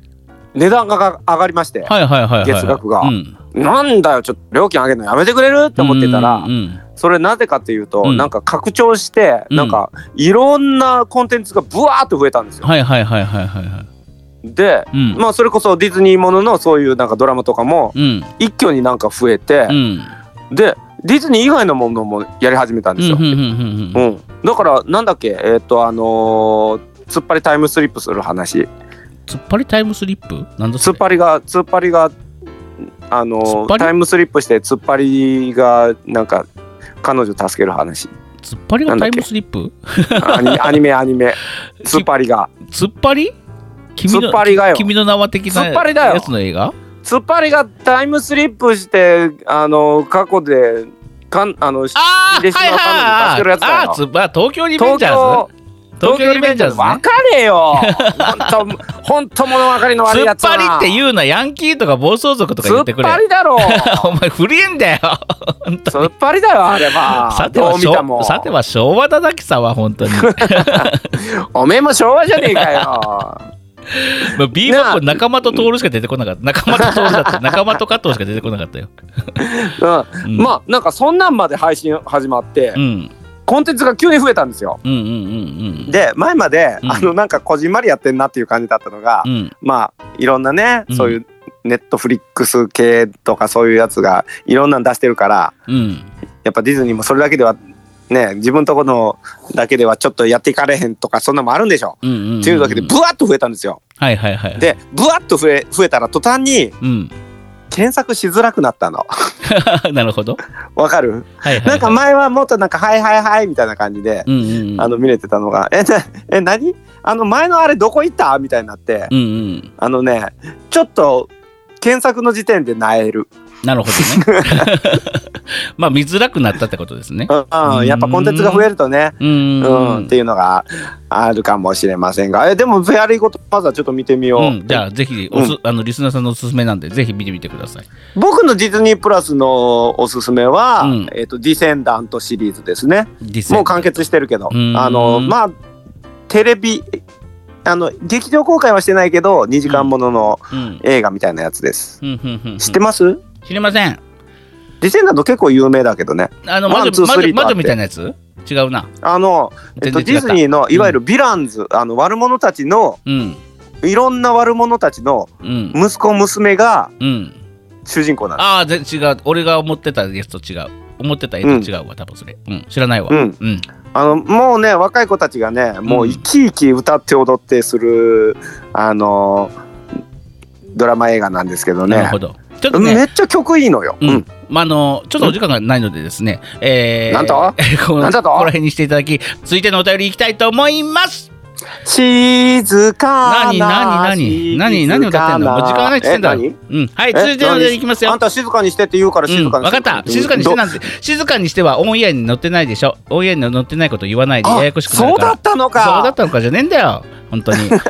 B: 値段がが上がりまして
A: はいはいはいはい。
B: 月額が
A: うん、
B: なんだよちょっと料金上げるのやめてくれるって思ってたら
A: うんうん
B: それなぜかっていうと、
A: うん
B: なんか拡張して、
A: うん
B: なんかいろんなコンテンツがブワーっと増えたんですよ。
A: はいはいはいはいはいはい。
B: で、
A: うん。
B: まあそれこそディズニーもののそういうなんかドラマとかも
A: うん。
B: 一挙になんか増えて
A: う、ん。
B: でディズニー以外のものもやり始めたん
A: う
B: です
A: ん。
B: よ。
A: うん。うん
B: う。んだからなんだっけえーっ、とあのー突っ張りタイムスリップする話
A: 突っ張りタイムスリップなんだ
B: 突
A: そ
B: っ
A: れ
B: 張りが突っ張りがあの
A: 突っ
B: ー
A: 張り
B: タイムスリップして突っ張りがなんか彼女助ける話
A: 突っ張りがタイムスリップ
B: ア
A: [LAUGHS]
B: ニアニメアニメ突っ張りが
A: 突っ張り君
B: 突
A: の
B: っ張りがよ
A: 君の名は的な
B: 突っ張りだよ
A: やつの映画
B: 突っ張りがタイムスリップしてあの過去でかんあのし
A: ああ、
B: 秀島
A: はいはい
B: ファンの助けるやつだよ
A: あーつば東京リベン
B: 東
A: ジャー
B: 京
A: ズ東京リベンジャーズ、ね、
B: わかれよ。
A: [LAUGHS]
B: 本当本当物分かりの悪い
A: 突
B: や
A: っ
B: つは。
A: 張りって言うなヤンキーとか暴走族とか言って
B: 突
A: く
B: っ
A: れ
B: 張りだろう。
A: お前古いんだよ本当
B: 突っ張りだよあれは。
A: さて
B: ど
A: は
B: う見たも
A: 昭さては昭和だだきさは本
B: [LAUGHS]
A: 当にま
B: おめえも昭和じゃねえか
A: [LAUGHS]
B: よ。
A: あビーバップ仲間と徹しか出てこなかった仲間と徹だった仲間と加藤しか出てこなかっ
B: [LAUGHS]
A: たよ、
B: う
A: うん
B: ん、まあなんかそんなんまで配信始まって、
A: うん
B: コンテンツが急に増えたんですよ。
A: うんうんうん
B: で前まで、
A: うん
B: あのなんかこじんまりやってんなっていう感じだったのが、
A: うんうん
B: まあいろんなね、
A: うん
B: そういうネットフリックス系とかそういうやつがいろんなん出してるから
A: うん
B: やっぱディズニーもそれだけではね自分とこのだけではちょっとやっていかれへんとかそんなのもあるんでしょ。
A: うんうんうん
B: っていうだけでブワッと増えたんですよ。
A: はいはいはい
B: でブワッと増え増えたら途端に
A: うん [LAUGHS]
B: 検索しづらくなったの。
A: なるほど
B: わかる
A: はいはい、はい、
B: なんか前はもっとなんか「はいはいはい」みたいな感じで、
A: うんうんうん
B: あの見れてたのが「えなえ何あの前のあれどこ行った?」みたいになって
A: うんうん
B: あのねちょっと検索の時点でなえる、
A: なるほど
B: [LAUGHS]
A: ねまあ見づらくなったってことですね
B: うんうんやっぱコンテンツが増えるとね
A: う
B: うんん、っていうのがあるかもしれませんがえでもフェアリーゴとまずはちょっと見てみよう、
A: うん、じゃあぜひおす、あのリスナーさんのおすすめなんでぜひ見てみてください
B: 僕のディズニープラスのおすすめは、
A: うん
B: えっとディセンダントシリーズですね
A: ディス
B: もう完結してるけど、
A: うん
B: あのまあテレビあの劇場公開はしてないけど2時間ものの
A: うん
B: 映画みたいなやつです、
A: うんうんうんうん
B: 知ってます
A: 知りません
B: ディセンダント結構有名だけどね
A: あの
B: ワ
A: 魔
B: ンツー
A: 女魔
B: ス
A: 女
B: リーと
A: 魔
B: あって
A: 女みたいなやつ違うな
B: あの、えっ
A: 全
B: と、
A: 然
B: ディ
A: 違っ
B: ズ
A: た、
B: ニーのいわゆるヴィランズ、あの悪者たちの
A: うん
B: いろんな悪者たちの
A: うん
B: 息子娘が
A: うん
B: 主人公なんで
A: ああ全違う俺が思ってたやつと違う思ってた絵と違うわ、多分それ、うん、知らないわ
B: すうん、
A: うん
B: あのもうね若い子たちがねもう生き生き歌って踊ってする、あのドラマ映画なんですけど
A: なる
B: ね
A: ほどちょっと
B: め
A: ね
B: っちゃ曲いいのよ、
A: うん、まあ、あのちょっとお時間がないのでですね、えー、
B: なんと
A: [LAUGHS] この
B: なんだと
A: ここら辺にしていただき続いてのお便りいきたいと思います
B: 静かな
A: 何何何何何を歌ってんのもう時間がないって言ってんだろ
B: え何
A: うんはい続いてのお便りいきますよ
B: あんた静かにしてって言うから静か
A: うんわ
B: に
A: かった静かにしてなんて静かにしてはオンエアに載ってないでしょオンエアに載ってないこと言わないで
B: あ
A: ややこしくなる
B: そう
A: か
B: だ
A: ら
B: ったのか
A: そうだったのかじゃねえんだよ本
B: [LAUGHS]
A: 当にさ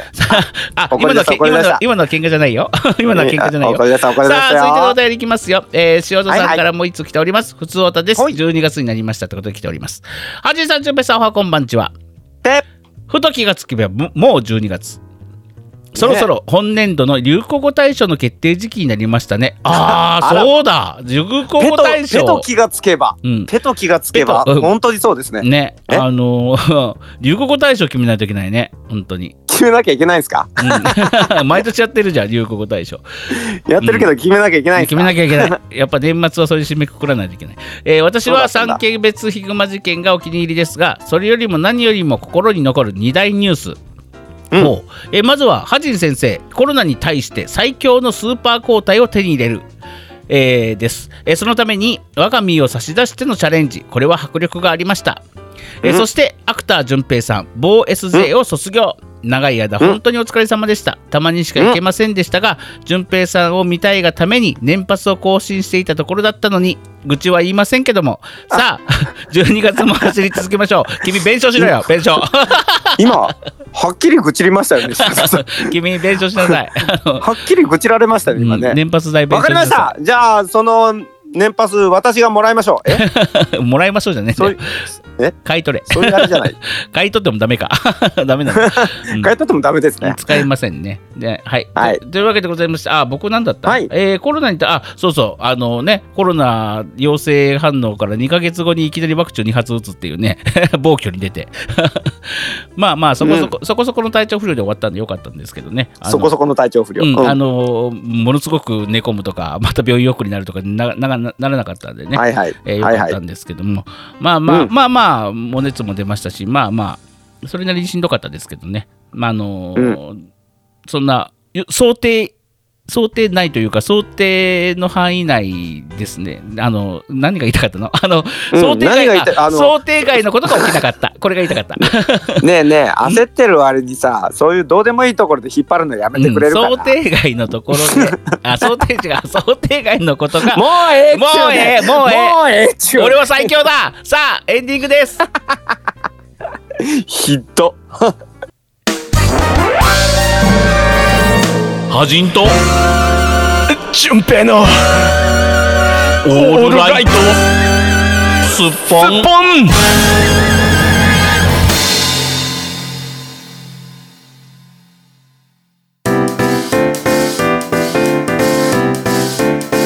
A: ああ
B: 怒
A: 今
B: り
A: のは
B: 出した
A: け
B: 怒
A: 今
B: り出
A: の
B: した
A: は今のは喧嘩じゃないよ [LAUGHS] 今のは喧嘩じゃないよ
B: 怒り出した怒り出
A: さ
B: し
A: あ
B: た
A: 続いてのお
B: よ
A: 便りいきますよ、えー、塩田
B: はい
A: さ
B: は
A: ん
B: い
A: からもう一つ来ております、普通おたです
B: はい
A: 12月になりましたってことで来ておりますはじいさんじゅんぺいさんおはこんばんちは
B: ぺっ
A: ふと気がつけばももう12月そろそろ本年度の流行語大賞の決定時期になりましたねああ
B: [LAUGHS] あら
A: そうだ流行
B: ペ
A: 語
B: と
A: 大
B: ペと
A: 賞
B: 気がつけば
A: うん
B: ペと気がつけば
A: ペとうん
B: 本当にそうですね
A: ね
B: え
A: あのー [LAUGHS] 流行語大賞決めないといけないね本当に、
B: 決めなきゃいけないんですか
A: うん [LAUGHS] 毎年やってるじゃん流行語大賞
B: やってるけど決めなきゃいけないんです
A: 決
B: か
A: めなきゃいけ
B: [LAUGHS]
A: ない。やっぱ年末はそれで締めくくらないといけない。えー私は
B: そう
A: 産
B: だったんだ
A: 経別ヒグマ事件がお気に入りですが、それよりも何よりも心に残る2大ニュース。
B: うん
A: ほうえーまずは、ハジン先生、コロナに対して最強のスーパー抗体を手に入れる。えーです、えーそのために我が身を差し出してのチャレンジこれは迫力がありました、えー
B: うん
A: そしてアクター淳平さん某 SJ を卒業長い間
B: うん
A: 本当にお疲れ様でしたたまにしか行けませんでしたが淳平さんを見たいがために年パスを更新していたところだったのに愚痴は言いませんけどもさあ [LAUGHS] 12月も走り続けましょう君弁償しろよ弁
B: [LAUGHS]
A: 償
B: 今はっきり愚痴りましたよね [LAUGHS]
A: 君弁償しなさいあの
B: はっきり愚痴られましたね今
A: うん
B: ね
A: 年パス代弁
B: わ
A: 償
B: かりまし
A: なさ
B: たじゃあその年パス私がもらいましょうえ
A: い [LAUGHS] もらいましょうじゃねえんだ
B: そう
A: よ
B: いうえ
A: 買い取れ
B: そういうあれじゃない
A: 買い取ってもダメか [LAUGHS] ダメなの、うん
B: 変えたってもダメですね
A: 使いませんね。ではい、
B: はい
A: と。というわけでございまして、あ、僕なんだった、
B: はい
A: えーコロナにた、あ、そうそう、あのね、コロナ陽性反応から2ヶ月後にいきなりワクチン2発打つっていうね、 [LAUGHS] 暴挙に出て。 [LAUGHS] まあまあ、そこそこ、そこそこの体調不良で終わったんでよかったんですけどね。あの
B: そこそこの体調不良、
A: うん
B: うん
A: あのものすごく寝込むとか、また病院送りになるとかなななならなかったんでね、
B: はいはい、
A: えー、よ
B: はい
A: かっ
B: はい
A: たんですけども、まあまあ、
B: うん
A: まあまあ、お熱も出ましたし、まあまあ、それなりにしんどかったですけどね、まああのーそんなよ想定、想定内というか、想定の範囲内ですね、あの何が言いたかったの [LAUGHS] あの、
B: うん
A: 想定外
B: 何が言いた
A: あ
B: あの
A: 想定外のことが起きなかった、これが言いたかった。
B: [LAUGHS] ねえねえ焦ってる割にさそういうどうでもいいところで引っ張るのやめてくれるかな、
A: うん想定外のところで、
B: [LAUGHS]
A: あ想定違う、想定外のことが
B: も、うええっちゅ
A: もうええもうええ
B: もうええっちゅうね
A: 俺は最強ださあ、エンディングです
B: ひど
A: ハジンと純平のオールライトスッポン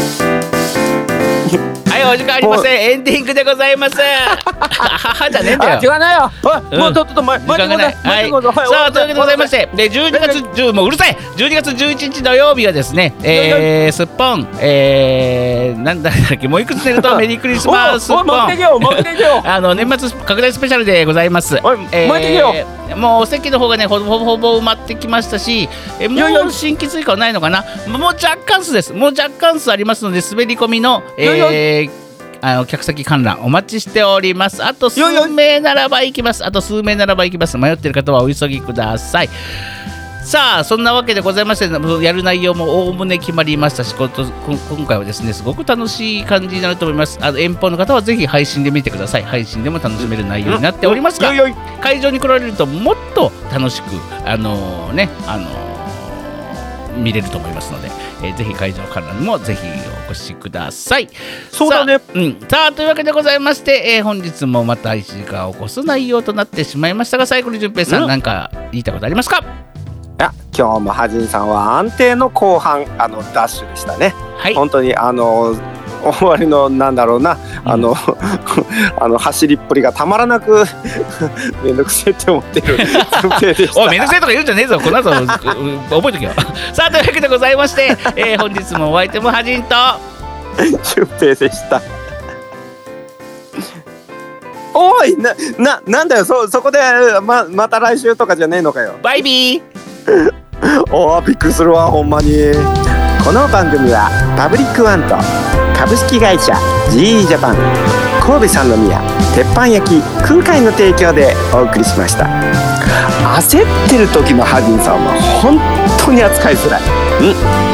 A: はいお時間ありませんエンディングでござい [LAUGHS] ます母じゃねえんだよ
B: 違うなよおいもうちょっと前
A: 時間がない。は
B: 前
A: い。
B: に行こうぜ前に行こうぜ
A: さあというわけでございまして、で12月10もううるさい。12月11日土曜日はですね、えー、すっぽん、えー、なんだっけもういくつ寝るとメリークリスマスすっ
B: おい
A: ぽ
B: おい
A: ん。
B: 持ってけよ持ってけよ
A: [LAUGHS] あの年末拡大スペシャルでございます。
B: おい
A: えー
B: 巻いてけよ
A: もうお席の方がねほぼほぼほぼ埋まってきましたし、えー
B: いやいや
A: もう新規追加はないのかな。もう若干数です。もう若干数ありますので滑り込みの。えー
B: いやい
A: あの客先観覧お待ちしておりますあと数
B: いやいや
A: 名ならば行きますあと数名ならば行きます迷ってる方はお急ぎくださいさあそんなわけでございましてやる内容もおおむね決まりましたしことこん今回はですねすごく楽しい感じになると思いますあの遠方の方はぜひ配信で見てください配信でも楽しめる内容になっておりますが
B: よいよい
A: 会場に来られるともっと楽しくあのーねあのー見れると思いますので、えーぜひ会場観覧もぜひお越しください
B: そうだね
A: さあ,、うん、さあというわけでございまして、えー本日もまた1時間を越す内容となってしまいましたが最後に順平さん、
B: うん
A: なんか言いたいことありますか
B: いや今日もハジンさんは安定の後半あのダッシュでしたね
A: はい
B: 本当にあの終わりのなんだろうなあの [LAUGHS] あの走りっぷりがたまらなく [LAUGHS] めんどくせえって
A: [LAUGHS]
B: 思ってる寸平でし
A: お
B: た
A: い、めんどくせえとか言うんじゃねえぞ、この後、う [LAUGHS] う覚えとけよ。さあ、というわけでございまして、えー本日もお相手もはじんと、
B: 俊平でした。おいなななんだよそそこでままた来週とかじゃねえのかよ
A: バイビー
B: おーびっくりするわほんまにこの番組はパブリックワンと株式会社 GE ジャパン神戸三宮鉄板焼き空海の提供でお送りしました焦ってる時のハジンさんは本当に扱いづらいうん